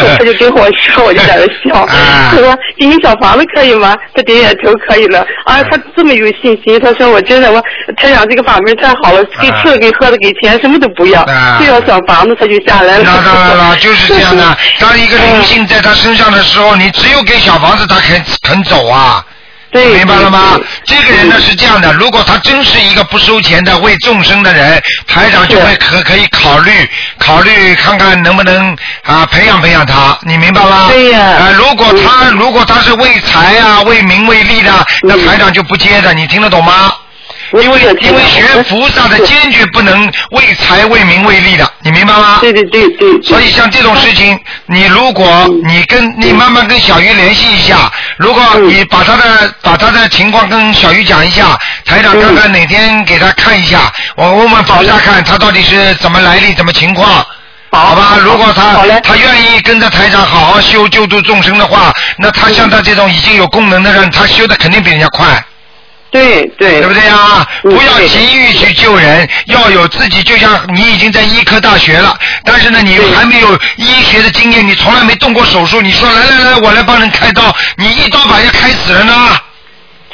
后他就跟我说，我就在那笑。
啊
他说给你小房子可以吗？他点点头可以了。
嗯
啊，他这么有信心，他说我真的我他长这个法门太好了，给吃的给喝的给钱什么都不要，
啊
就要小房子他就下来了。
那当然了，嗯就是这样的。当一个灵性在他身上的时候，你只有给小房子，他肯肯走啊。对，嗯明白了吗？这个人呢是这样的，如果他真是一个不收钱的为众生的人，台长就会可可以考虑考虑看看能不能啊培养培养他，你明白吗？
对呀
啊，如果他如果他是为财啊为名为利的，那台长就不接的，你听得懂吗？因为因为学菩萨的坚决不能为财为名为利的，你明白吗？对
对对对。
所以像这种事情，你如果你跟你慢慢跟小鱼联系一下，如果你把他的把他的情况跟小鱼讲一下，台长看看哪天给他看一下，我问问菩萨看他到底是怎么来历，怎么情况。好吧，如果他他愿意跟着台长好好修救度众生的话，那他像他这种已经有功能的人，他修的肯定比人家快。
对对，嗯
对不对啊？不要急于去救人，要有自己，就像你已经在医科大学了，但是呢，你还没有医学的经验，你从来没动过手术，你说来来来，我来帮人开刀，你一刀把人家开死了呢？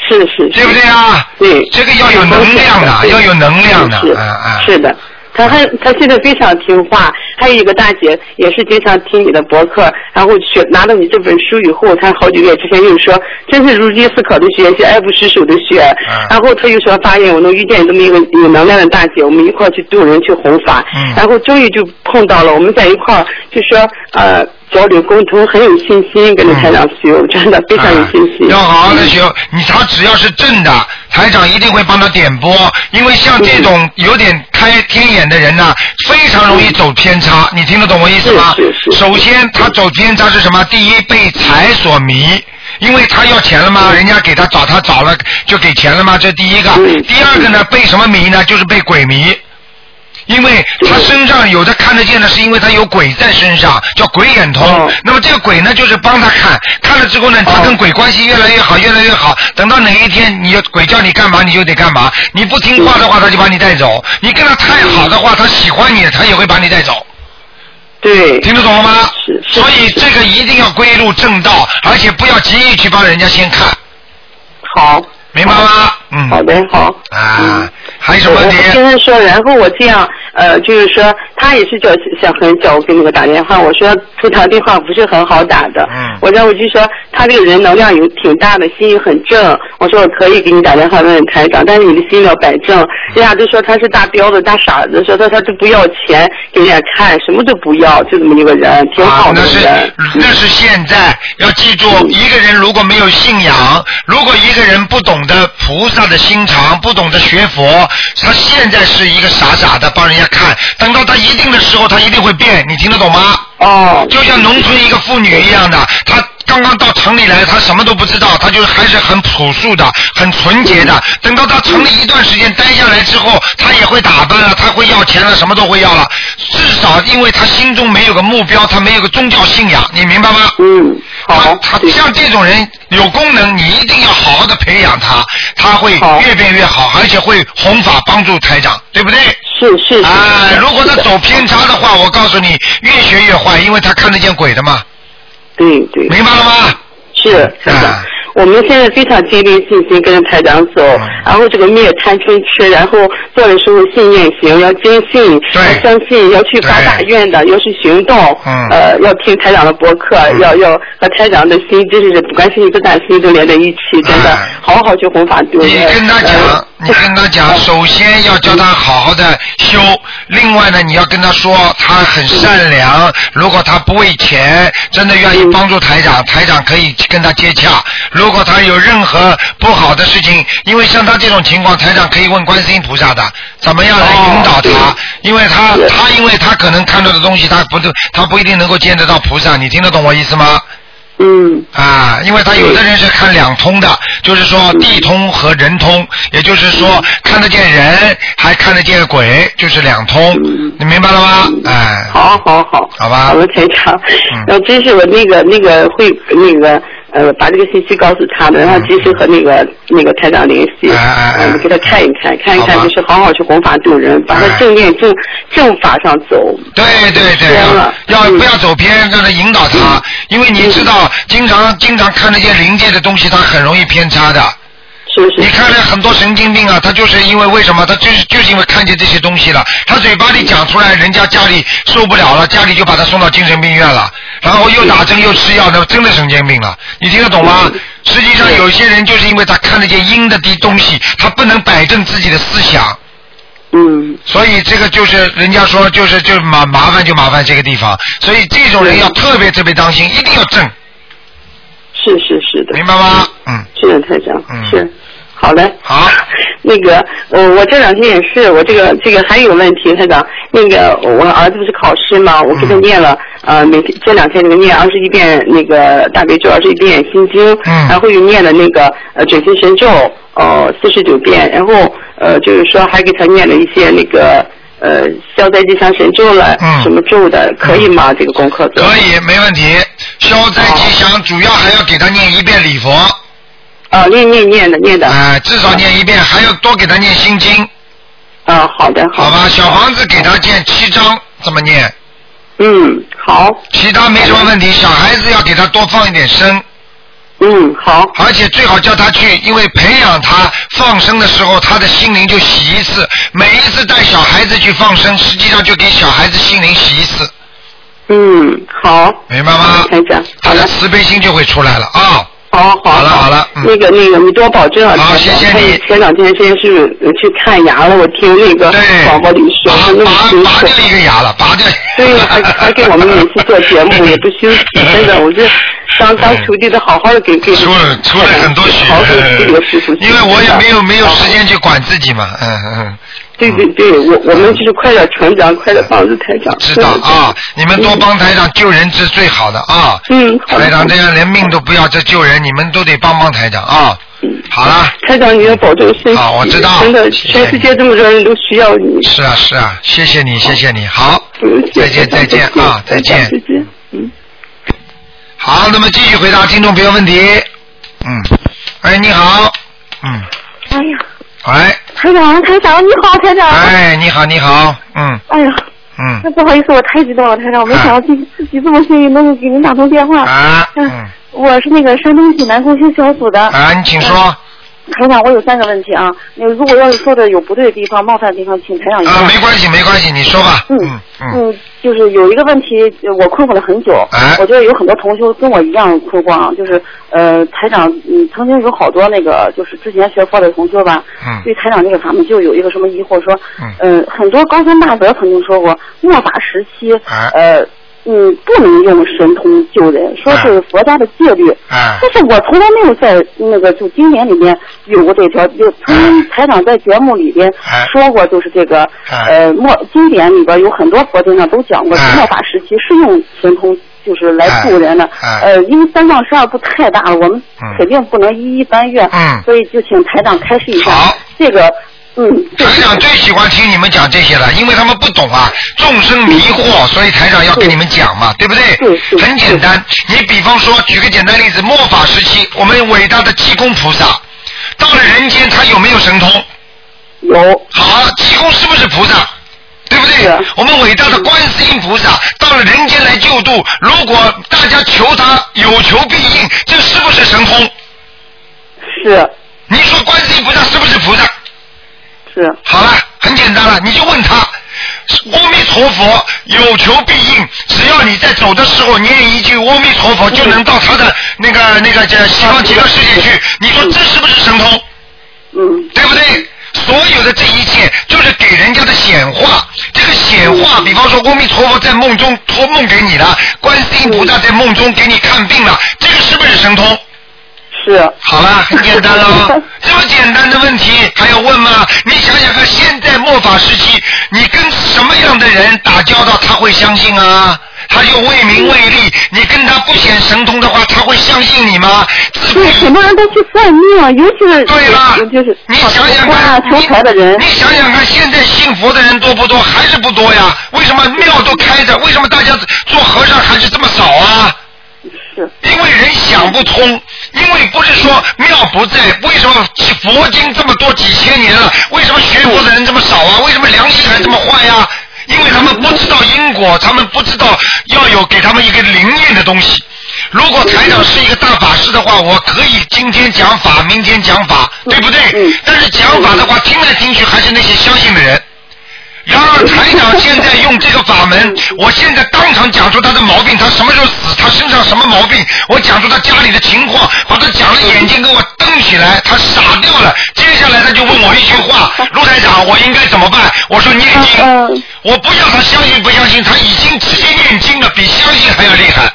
是是，
对不对啊？
对，
这个要有能量的，要有能量的，嗯嗯。
是的，他还他现在非常听话。还有一个大姐也是经常听你的博客，然后学拿到你这本书以后，她好几个月之前又说，真是如饥似渴的学习，爱不释手的学。
啊
然后她又说，发现我能遇见这么一个有能量的大姐，我们一块儿去度人去弘法。
嗯
然后终于就碰到了，我们在一块儿就说呃交流沟通，很有信心，跟着台长学，真的啊非常有信心。
嗯要好好的学，你他只要是正的，台长一定会帮他点拨，因为像这
嗯
种有点开天眼的人呢、非常容易走偏差，你听得懂我意思吗？首先，他走偏差是什么？第一，被财所迷。因为他要钱了嘛，
嗯
人家给他找他找了就给钱了嘛，这第一个。第二个呢，被什么迷呢？就是被鬼迷。因为他身上有的看得见的，是因为他有鬼在身上，叫鬼眼通。
哦
那么这个鬼呢，就是帮他看，看了之后呢，他跟鬼关系越来越好，越来越好。等到哪一天你要鬼叫你干嘛，你就得干嘛。你不听话的话，他就把你带走；你跟他太好的话，他喜欢你，他也会把你带走。
对，
听得懂了吗？所以这个一定要归入正道，而且不要急于去帮人家先看。
好，
明白吗？嗯，
好的，好。
啊，还有什么
我
问题？
我跟他说，然后我这样，呃，就是说，他也是叫想很早给那个打电话，我说通常电话不是很好打的，
嗯，
我让我就说他这个人能量有挺大的，心也很正，我说我可以给你打电话问问台长，但是你的心要摆
嗯
正，人家都说他是大彪子、大傻子，说他他都不要钱给人家看，什么都不要，就这么一个人，挺好的人，
啊
嗯
那是现在，要记住，一个人如果没有信仰，如果一个人不懂得菩萨的心肠，不懂得学佛，他现在是一个傻傻的帮人家看，等到他一定的时候，他一定会变，你听得懂吗？
哦，
就像农村一个妇女一样的，她刚刚到城里来，她什么都不知道，她就还是很朴素的，很纯洁的。等到她城里一段时间待下来之后，她也会打扮了，她会要钱了，什么都会要了。至少因为她心中没有个目标，她没有个宗教信仰，你明白吗？
嗯，
好。她像这种人有功能，你一定要好好的培养她，她会越变越好，而且会弘法帮助台长，对不对？
是
(laughs)
是是。
啊，如果他走偏差的话，我告诉你，越学越坏，因为他看得见鬼的嘛。
对对。
明白了吗？
是是的。
啊
我们现在非常坚定信心，跟着台长走，
嗯
然后这个灭贪嗔痴，然后做的时候信念行，要坚信，要相信，要去发大愿的，要去行动，
嗯
呃，要听台长的博客，要要和台长的心，真是不管是一个大心都连在一起，真的，好好去弘法度呃人。
哎你跟他讲，
哎
你跟他讲，首先要教他好好的修，另外呢，你要跟他说他很善良，如果他不为钱，真的愿意帮助台长，台长可以跟他接洽。如果他有任何不好的事情，因为像他这种情况，台长可以问观世音菩萨的，怎么样来引导他，因为他他因为他可能看到的东西，他不他不一定能够见得到菩萨，你听得懂我意思吗？
嗯。
啊，因为他有的人是看两通的，就是说地通和人通，也就是说看得见人，还看得见鬼，就是两通，你明白了吗？哎，
好好好，
好啊嗯吧，
好的，台长。然后真是我那个那个会那个呃，把这个信息告诉他
嗯
们，然后及时和那个那个台长联系，
哎
嗯，给他看一看，看一看，就是好好去弘法度人，把
哎
他正念正正法上走。
对对对，要
嗯
要不要走偏，让他引导他，因为你知道，经常经常看得见灵界的东西，他很容易偏差的。
是
你看了很多神经病啊，他就是因为为什么？他就是就是因为看见这些东西了，他嘴巴里讲出来，人家家里受不了了，家里就把他送到精神病院了，然后又打针又吃药，那真的神经病了。你听得懂吗？
嗯
实际上有些人就是因为他看得见阴的地东西，他不能摆正自己的思想。
嗯，
所以这个就是人家说就是就麻麻烦就麻烦这个地方，所以这种人要特别特别当心，一定要正。
是是是的，
明白吗？嗯，
是的，台长，
嗯
是。好嘞，
好，
那个，我我这两天也是，我这个这个还有问题，台长，那个我儿子不是考试嘛，我
嗯
给他念了，呃，每天这两天这个念二十一遍那个大悲咒，二十一遍心经，
嗯
然后又念了那个呃准提神咒，呃四十九遍，然后呃就是说还给他念了一些那个呃消灾吉祥神咒了，
嗯
什么咒的，可以吗？这个功课做
可以，没问题。消灾吉祥主要还要给他念一遍礼佛，
啊，念念念的念的，
哎、至少念一遍，还要多给他念心经，
啊，好的，
好
的
吧？小房子给他建七张，这么念，
嗯，好，
其他没什么问题。小孩子要给他多放一点生，
嗯，好，
而且最好叫他去，因为培养他放生的时候，他的心灵就洗一次。每一次带小孩子去放生，实际上就给小孩子心灵洗一次，
嗯，好，
明白吗？
台长，
他啊
好
的
的，
慈悲心就会出来了啊。
好好
好了好了嗯
那个那个，你多保重啊，
好
台长
谢谢
还有
你
前两天先是呃去看牙了，我听那个
对，
广播里说
拔，
那么
拔
清
拔
楚
掉。一个牙了，拔掉。
对，还还给我们每次做节目也不休
(laughs)
息，真的，我这当当徒弟的，好好的给给
出了出了很多血嗯
好好地给这个师傅，，
因为我也没有没有时
真的。
间去管自己嘛，嗯嗯，
对对对，我我们就是快点成长，快点帮助台长。嗯
知道啊，你们多帮台长救人是最好的啊。
嗯，好的
台长这样连命都不要，这救人你们都得帮帮台长啊。
嗯
好了，
台长，你要保重身体。
好啊我知道
真的，
谢谢
全世界这么多人都需要你。
是啊是啊，谢谢你谢谢你，好，再见再见啊再见
再。见。嗯。
好，那么继续回答听众朋友问题。嗯，哎你好，嗯，
哎呀，
喂，
台长，台长，你好，台长。
哎你好你好，嗯
哎呀，
嗯
那不好意思，我太激动了，台长，我没想
哎
到啊自己自己这么幸运能够给您打通电话。
啊
嗯
嗯
我是那个山东济南共修小组的，
啊，你请说
台长，我有三个问题啊。那如果要是说的有不对的地方、冒犯的地方，请台长原
啊，没
谅。
关系没关系，你说吧，嗯
嗯
嗯，
就是有一个问题，呃我困惑了很久。
哎
我觉得有很多同修跟我一样困惑啊，就是呃，台长，嗯，曾经有好多那个就是之前学佛的同修吧，
嗯
对台长这个法门就有一个什么疑惑，说，
嗯
呃，很多高僧大德曾经说过，末法时期，
哎
呃，嗯，不能用神通救人，说是佛家的戒律。
哎
但是我从来没有在那个就经典里面有过这条，就曾经台长在节目里边
哎
说过，就是这个
哎
呃末经典里边有很多佛经上都讲过，
哎
末法时期是用神通就是来渡人的。
哎哎
呃，因为三藏十二部太大了，我们
嗯
肯定不能一一翻阅，
嗯
所以就请台长开示一下
好
这个。嗯，这个
台长最喜欢听你们讲这些了，因为他们不懂啊，众生迷
嗯
惑，所以台长要给你们讲嘛，对不
对
对？
对
很简单，你比方说，举个简单例子，末法时期，我们伟大的济公菩萨到了人间，他有没有神通？
有
好，济公是不是菩萨？对不对
是？啊
我们伟大的观世音菩萨到了人间来救度，如果大家求他有求必应，这是不是神通？
是
你说观世音菩萨是不是菩萨？
是
好了，很简单了，你就问他，阿弥陀佛有求必应，只要你在走的时候念一句阿弥陀佛，就能到他的那个那个这西方极乐世界去。你说这是不是神通？
嗯
对不对？所有的这一切就是给人家的显化，这个显化，比方说阿弥陀佛在梦中托梦给你了，观世音菩萨在梦中给你看病了，这个是不是神通？
是
好了，很简单了，这么简单的问题还要问吗？你想想看，现在末法时期，你跟什么样的人打交道，他会相信啊？他就为名为利，你跟他不显神通的话，他会相信你吗？自
对，很多人都去算命啊，尤其是
对了
尤，就是
你想想
花啊
看，哎
求财的人
你，你想想看，现在信佛的人多不多？还是不多呀？为什么庙都开着？为什么大家做和尚还是这么少啊？
是
因为人想不通，因为不是说庙不在，为什么佛经这么多几千年了，为什么学佛的人这么少啊？为什么良心还这么坏呀、因为他们不知道因果，他们不知道要有给他们一个灵验的东西。如果台长是一个大法师的话，我可以今天讲法，明天讲法，对不对？但是讲法的话，听来听去还是那些相信的人。然而台长现在用这个法门，我现在当场讲出他的毛病，他什么时候死，他身上什么毛病，我讲出他家里的情况，把他讲的眼睛给我瞪起来，他傻掉了。接下来他就问我一句话：陆台长，我应该怎么办？我说念经，我不要他相信不相信，他已经直接念经了，比相信还要厉害。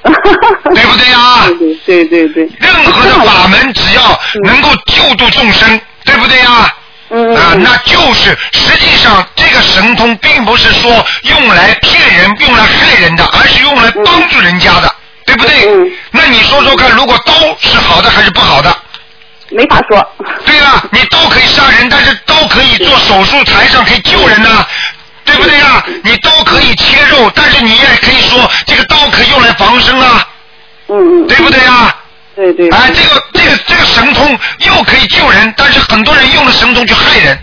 (laughs)
对不对啊？
嗯
对对对。
任何的法门，只要能够救度众生，对不对啊？
嗯。
啊，那就是实际上这个神通并不是说用来骗人、用来害人的，而是用来帮助人家的，对不对？那你说说看，如果刀是好的还是不好的？
没法说。
对了，你刀可以杀人，但是刀可以做手术台上可以救人呐、对不对呀、你刀可以切肉，但是你也可以说这个刀可以用来防身啊。
嗯
对不对啊？
对对。
哎，这个这个这个神通又可以救人，但是很多人用了神通去害人。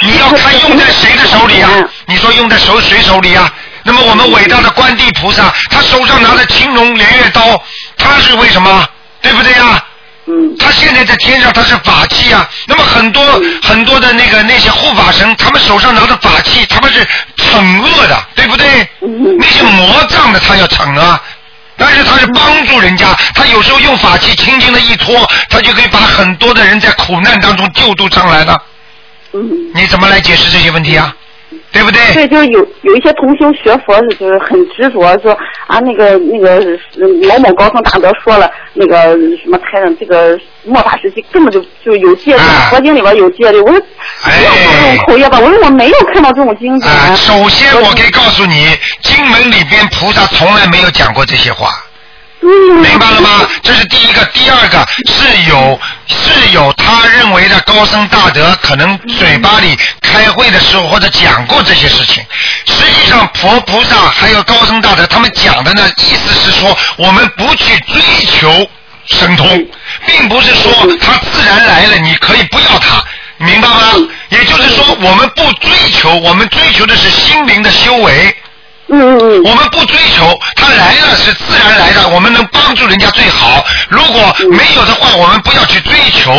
你要看用在谁的手里啊？你说用在手谁手里啊？那么我们伟大的观地菩萨，他手上拿着青龙偃月刀，他是为什么？对不对啊？
嗯。
他现在在天上，他是法器啊。那么很多、很多的那个那些护法神，他们手上拿着法器，他们是惩恶的，对不对？
嗯
那些魔障的他要惩啊。但是他是帮助人家，他有时候用法器轻轻的一拖，他就可以把很多的人在苦难当中救度上来了。
嗯。
你怎么来解释这些问题啊？对不对？
对，就是有有一些同修学佛是就是很执着，说啊那个那个嗯某某高僧大德说了那个什么开长这个末法时期根本就就有戒律，
哎
佛经里边有戒律。我说不要说这种口业吧，我说我没有看到这种经典。
啊，首先我可以告诉你，经文里边菩萨从来没有讲过这些话。
嗯
嗯
明白了吗？这是第一个，第二个是有是有他认为的高僧大德可能嘴巴里开会的时候或者讲过这些事情。实际上，佛菩萨还有高僧大德他们讲的呢，意思是说我们不去追求神通，并不是说他自然来了，你可以不要他。明白吗？也就是说，我们不追求，我们追求的是心灵的修为。
嗯嗯嗯。
我们不追求，他来了是自然来的，我们能帮助人家最好。如果没有的话，我们不要去追求。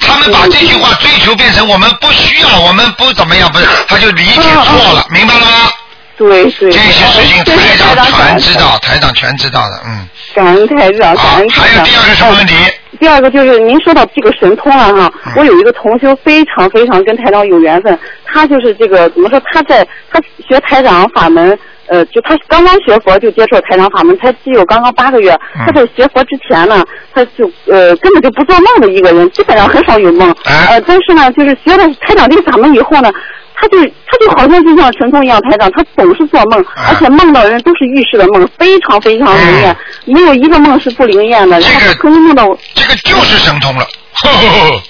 他们把这句话追求变成我们不需要，我们不怎么样，不是，他就理解错
啊
了，明白了吗？
对对。
这些事情台长全知道，台长全知道的，嗯。
感恩台长，感恩啊台长。还有第
二个什么问题？
第二个就是您说到这个神通了哈，我有一个同修非常非常跟台长有缘分，他就是这个怎么说？他在他学台长法门，呃，就他刚刚学佛就接触台长法门，才只有刚刚八个月。他在学佛之前呢，他就呃根本就不做梦的一个人，基本上很少有梦。呃，但是呢，就是学了台长这个法门以后呢，他就他就好像就像神通一样，台长他总是做梦，而且梦到人都是预示的梦，非常非常灵验，没有一个梦是不灵验的。然后他可以梦到我，
这个就是神通
(laughs)
了。呵呵呵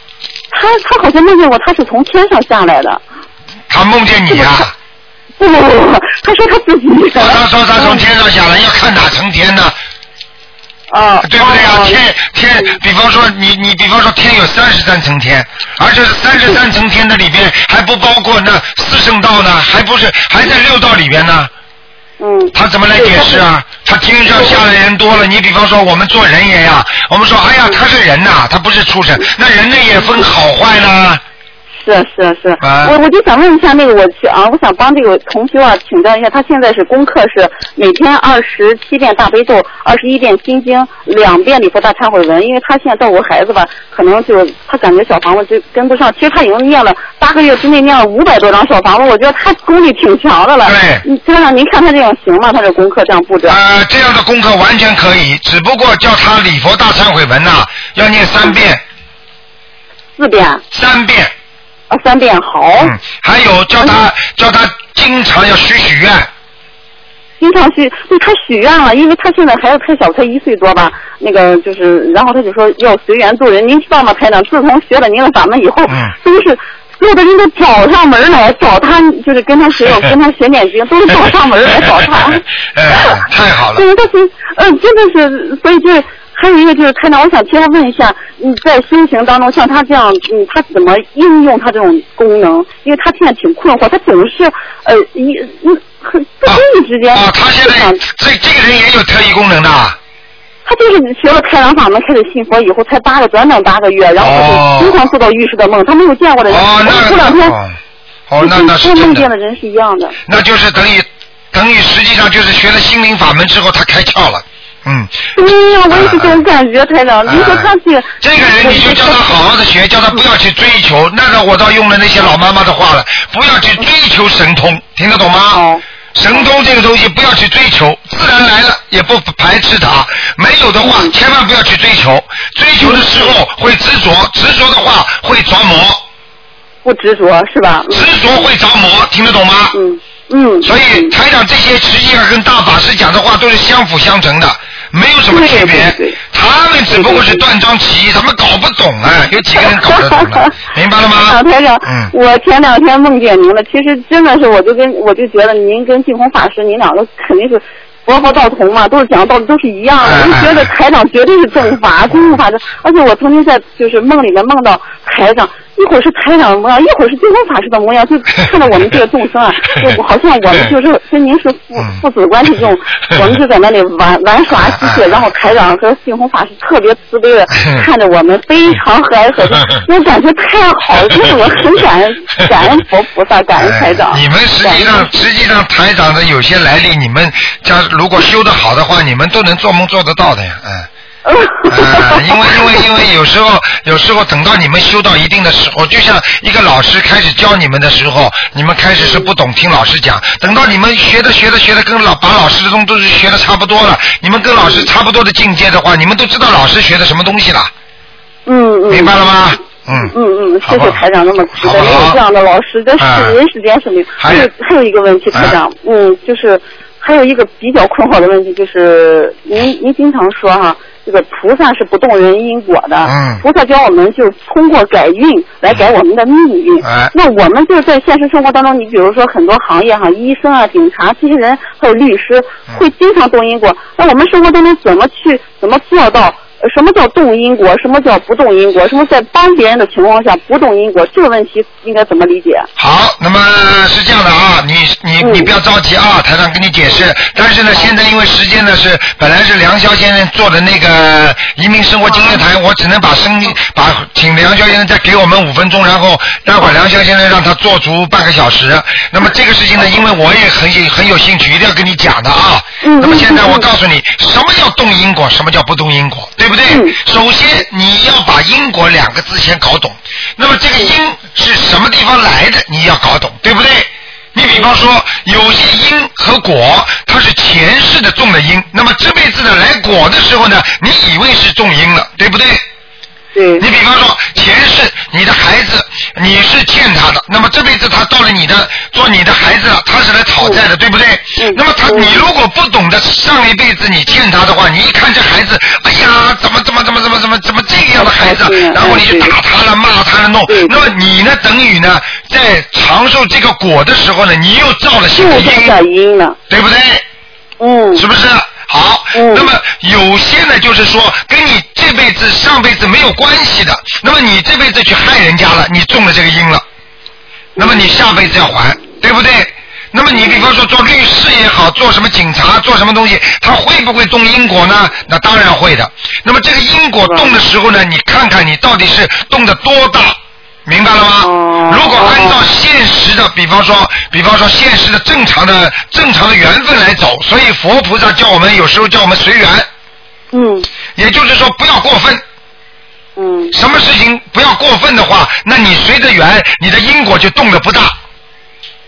他他好像梦见过他是从天上下来的。
他梦见你啊？
不不不，他说他自己。
他说他从天上下来，要看哪层天呢？
啊，
对不对啊？天
嗯
天，比方说你你比方说天有三十三层天，而这三十三层天的里边还不包括那四圣道呢，还不是还在六道里边呢。
嗯。
他怎么来解释啊？他天上下来人多了，你比方说我们做人也呀，我们说哎呀他是人呐、他不是畜生，那人类也分好坏呢。
是是是，
啊
我我就想问一下那个我去啊，我想帮这个同学啊请教一下，他现在是功课是每天二十七遍大悲咒，二十一遍心经，两遍礼佛大忏悔文，因为他现在照顾孩子吧，可能就他感觉小房子就跟不上，其实他已经念了八个月之内念了五百多张小房子，我觉得他功力挺强的了。对，家长您看他这样行吗？他这功课这样布置？
呃，这样的功课完全可以，只不过叫他礼佛大忏悔文呐、要念三遍。
四遍。
三遍。
啊，三遍好。嗯
嗯，还有叫他叫他经常要许许
(laughs)
愿。
经常去，对他许愿了，因为他现在孩子太小，才一岁多吧。那个就是，然后他就说要随缘做人。您知道吗，台长？自从学了您的法门以后，
嗯
都是所有的人都找上门来找他，就是跟
(laughs)
他学有跟他学念经，都是找上门来找他。
哎，太好了。
对，但是，嗯，真的是，所以就是还有一个就是台长，我想替他问一下，你在修行当中，像他这样，嗯，他怎么应用他这种功能？因为他现在挺困惑，他总是呃一嗯很不经意之间
啊哦
嗯
啊，他现在这这个人也有特异功能的。
他就是学了开朗法门，开始信佛以后才八个短短八个月，然后他就经常做到预示的梦，他没有见过的人。哦，那过两天
哦，哦，那那是
跟
真
梦
的哎
见，的人是一样的。
那就是等于等于实际上就是学了心灵法门之后，他开窍了。嗯，哎
对呀，我也是这种感觉，台长。啊您说他去
这个人你就
嗯
叫他好好的学，叫他不要去追求。那个我倒用了那些老妈妈的话了，不要去追求神通，听得懂
哦
吗？神通这个东西不要去追求，自然来了也不排斥它。没有的话，
嗯
千万不要去追求，追求的时候会执着，执着的话会着魔。
不执着是吧？
执着会着魔，听得懂吗？
嗯嗯。
所以台长这些实际上跟大法师讲的话都是相辅相成的，没有什么区别。他们只不过是断章取义，他们搞不懂啊，有几个人搞得懂
(laughs)
呢？明白了吗？
啊，台长，
嗯
我前两天梦见您了，其实真的是，我就跟我就觉得您跟净空法师，您两个肯定是佛佛道同嘛，都是讲的道理都是一样
哎
的。我就觉得台长绝对是正
嗯
法，真正法师。而且我曾经在就是梦里面梦到台长，一会儿是台长的模样，一会儿是净空法师的模样，就看到我们这个众
(laughs)
生啊，就好像我们就是跟您是
嗯
父父子关系
(laughs)
这种，我们就在那里玩玩耍嬉戏，然后台长和净空法师特别慈悲
(laughs)
的看着我们，非常和蔼可亲，那感觉太好
(laughs)
了，就是我很感恩感恩佛菩萨，感恩台长。
哎你们实际上实际上台长的有些来历，你们家如果修得好的话，你们都能做梦做得到的呀，嗯。啊，因为因为因为有时候有时候等到你们修到一定的时候，就像一个老师开始教你们的时候，你们开始是不懂听老师讲，等到你们学的学的学的跟老把老师的东西学的差不多了，你们跟老师差不多的境界的话，你们都知道老师学的什么东西了，
嗯嗯。
明白了吗？嗯
嗯嗯，谢谢台长那么慈悲，没有这样的老师，真
哎
是人世间是没有。还有还有一个问题，台长，嗯，就是还有一个比较困惑的问题，就是 (laughs) 您您经常说哈、这个菩萨是不动人因果的，
嗯
菩萨教我们就是通过改运来改我们的命运。
哎
那我们就是在现实生活当中，你比如说很多行业哈，医生啊、警察这些人，还有律师，
嗯
会经常动因果。那我们生活当中怎么去怎么做到？呃什么叫动因果？什么叫不动因果？什么在帮别人的情况下不动因果？这个问题应该怎么理解？啊
好，那么是这样的啊，你你你不要着急啊，台长跟你解释。但是呢，现在因为时间呢是本来是梁霄先生做的那个移民生活经验台，我只能把声音把请梁霄先生再给我们五分钟，然后待会儿梁霄先生让他做足半个小时。那么这个事情呢，因为我也很有很有兴趣，一定要跟你讲的啊。那么现在我告诉你，什么叫动因果，什么叫不动因果，对不对？首先你要把因果两个字先搞懂。那么这个因是什么地方来的，你要搞懂，对不对？你比方说，有些因和果，它是前世的种的因，那么这辈子呢来果的时候呢，你以为是种因了，对不对？
对。
你比方说，前世你的孩子你是欠他的，那么这辈子他到了你的做你的孩子了，他是来讨债的，对不对？那么他你如果不懂得上一辈子你欠他的话，你一看这孩子，哎呀，怎么怎么怎么怎么怎么怎么这个样的孩子，然后你就打他了，骂他了，弄。那么你呢，等于呢，在尝受这个果的时候呢，你又造了新的因，
因了，
对不对？
嗯，
是不是？好，那么有些呢，就是说跟你这辈子、上辈子没有关系的，那么你这辈子去害人家了，你中了这个因了，那么你下辈子要还，对不对？那么你比方说做律师也好，做什么警察，做什么东西，他会不会动因果呢？那当然会的。那么这个因果动的时候呢，你看看你到底是动的多大，明白了吗？如果按照现实的，比方说，比方说现实的正常的正常的缘分来走，所以佛菩萨叫我们有时候叫我们随缘。
嗯。
也就是说，不要过分。
嗯。
什么事情不要过分的话，那你随着缘，你的因果就动的不大。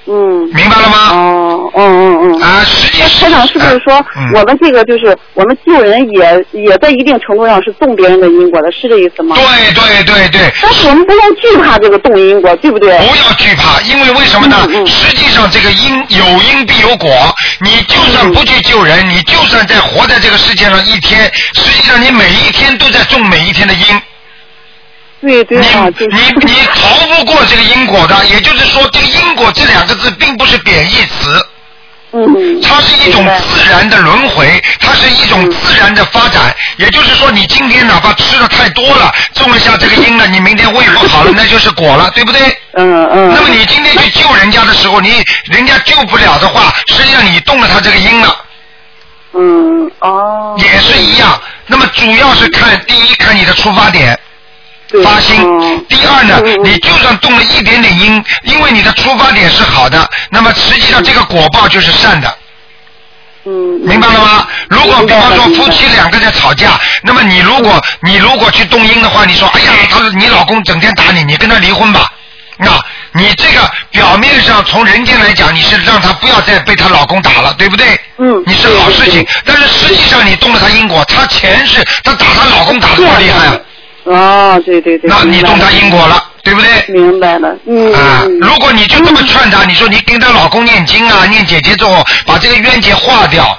嗯，
明白了吗？
哦，嗯嗯嗯。
啊，实啊嗯际
台长是不是说、我们这个就是我们救人也也在一定程度上是动别人的因果的，是这意思吗？
对对对对。
但是我们不要惧怕这个动因果，对不对？
不要惧怕，因为为什么呢？实际上这个因有因必有果，你就算不去救人，你就算在活在这个世界上一天，实际上你每一天都在种每一天的因。
对对
啊，你你你逃不过这个因果的，也就是说，这个因果这两个字并不是贬义词。
嗯，
它是一种自然的轮回，它是一种自然的发展。也就是说，你今天哪怕吃的太多了，种了下这个因了，你明天胃不好了，那就是果了，对不对？
嗯嗯。
那么你今天去救人家的时候，你人家救不了的话，实际上你动了他这个因了。
嗯，哦。
也是一样，那么主要是看第一看你的出发点。发心。
嗯
第二呢，你就算动了一点点因，因为你的出发点是好的，那么实际上这个果报就是善的。嗯。明白了吗？如果比方说夫妻两个在吵架，那么你如果你如果去动因的话，你说哎呀，他你老公整天打你，你跟他离婚吧。那你这个表面上从人间来讲，你是让她不要再被她老公打了，对不对？嗯。你是好事情，但是实际上你动了她因果，她前世她打她老公打的多厉害啊！
哦，对对对。
那你动她因果了，对不对？
明白了，嗯。
啊，如果你就这么劝她，你说你跟她老公念经啊，念姐姐咒，把这个冤结化掉。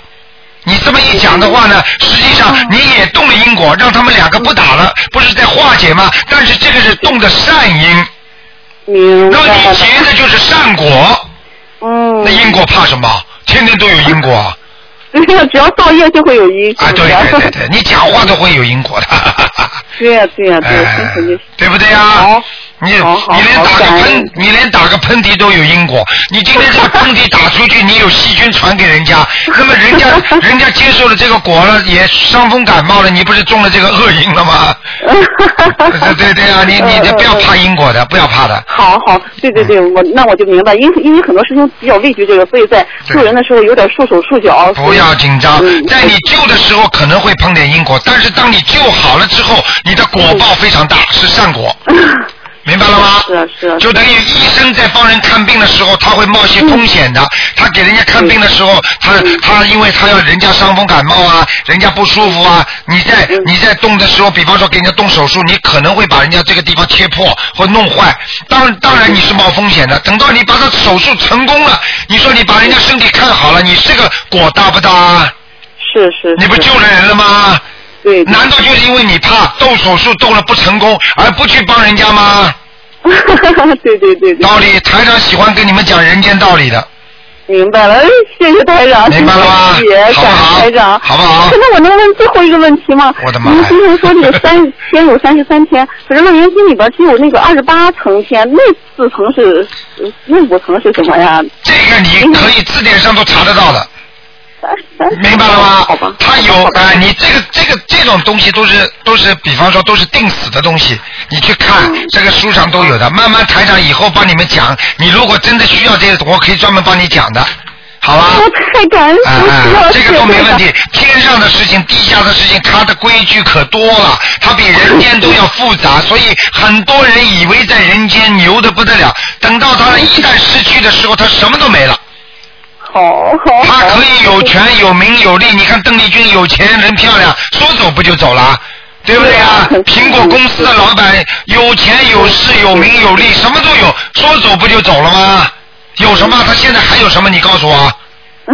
你这么一讲的话呢，实际
嗯
上你也动了因果，让他们两个不打了，不是在化解吗？但是这个是动的善因。
明
那你结的就是善果。
嗯。
那因果怕什么？天天都有因果啊。
(laughs) 只要造业就会有因果。
啊，对对
(laughs)
对对，你讲话都会有因果的。
对呀对呀对呀，
哎
辛苦你。
对不对啊？你你连打个喷，你连打个喷嚏都有因果。你今天这个喷嚏打出去，你有细菌传给人家，那么人家人家接受了这个果了，也伤风感冒了，你不是中了这个恶因了吗？对 (laughs) 对对啊，你你不要怕因果的，不要怕的。
(laughs) 好好，对对
嗯
对，我那我就明白，因为因为很多事情比较畏惧这个，所以在做人的时候有点束手束脚。嗯
不要紧张，
嗯
在
(laughs)
你救的时候可能会碰点因果，但是当你救好了之后，你的果报非常大，是善果，明白了吗？
是啊是啊。
就等于医生在帮人看病的时候，他会冒些风险的。他给人家看病的时候，他他因为他要人家伤风感冒啊，人家不舒服啊，你在你在动的时候，比方说给人家动手术，你可能会把人家这个地方切破或弄坏。当当然你是冒风险的。等到你把他手术成功了，你说你把人家身体看好了，你这个果大不大啊？
是是。
你不救了人了吗？
对。
难道就是因为你怕动手术动了不成功而不去帮人家吗？
(laughs) 对对对对。
道理，台长喜欢跟你们讲人间道理的。
明白了，哎谢谢台长，
明白了吗
谢谢台
好不好
长台长，
好不好
那我能问最后一个问题吗？
我的妈呀
您经常说这个三十 (laughs) 天有三十三天，可是《楞严经》里边只有那个二十八层天，那四层是呃那五层是什么呀？
这个你可以字典上都查得到的， (laughs) 明白了吗？好吧。它有哎、你这个这个这种东西都是都是，比方说都是定死的东西，你去看
嗯
这个书上都有的。慢慢台长以后帮你们讲，你如果真的需要这个，我可以专门帮你讲的，好吧？
我哦太感恩
啊
了，
啊，这个都没问
谢谢
题
台长。
天上的事情、地下的事情，它的规矩可多了，它比人间都要复杂，所以很多人以为在人间牛的不得了，等到他一旦失去的时候，他什么都没了。
好好。
他可以有权有名有利，你看邓丽君有钱人漂亮，说走不就走了，对不对啊？苹果公司的老板有钱有势有名有利，什么都有，说走不就走了吗？有什么？他现在还有什么？你告诉我。
(laughs) 对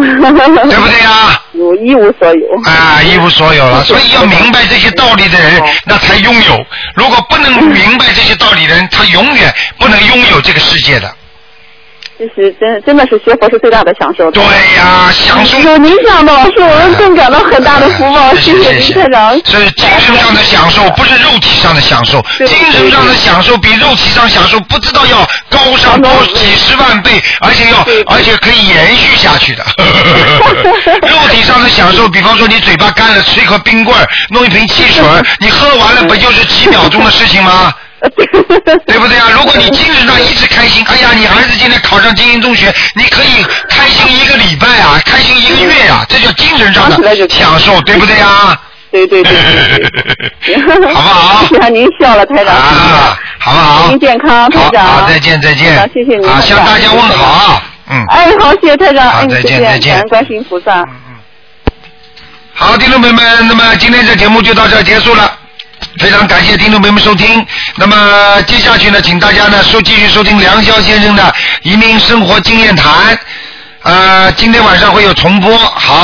不对呀？ (laughs)
我一无所有。
啊，一无所有了。所以要明白这些道理的人，那才拥有。如果不能明白这些道理的人，他永远不能拥有这个世界的。
这是真真的是学佛是最大的享受。对
哎呀，享受。
有您这样的老师，我们更感到很大的福
哎
报，谢谢您台长。
是精神上的享受，不是肉体上的享受。精神上的享受比肉体上享受不知道要高上多几十万倍，而且要而且可以延续下去
(laughs)
的。肉体上的享受，比方说你嘴巴干了，吃一口冰棍儿，弄一瓶汽水儿，你喝完了不就是几秒钟的事情吗？
(laughs)
对不对啊？如果你精神上一直开心，哎呀，你儿子今天考上精英中学，你可以开心一个礼拜啊，开心一个月啊，这叫精神上的享受，对不对
(laughs)
啊？
对对对。好不
(laughs) 好？
谢谢您笑了，台长。
啊，好不好？
您健康，台长。
好，再见再见
台长谢谢您。
啊，向大家问好啊，嗯。
哎，好，谢谢台长。
好
哎，
再见
谢谢
再见
感恩观世音菩萨。
好，听众朋友们，那么今天这节目就到这儿结束了。非常感谢听众朋友们收听。那么接下去呢，请大家呢收继续收听梁霄先生的《移民生活经验谈》。呃，今天晚上会有重播。好。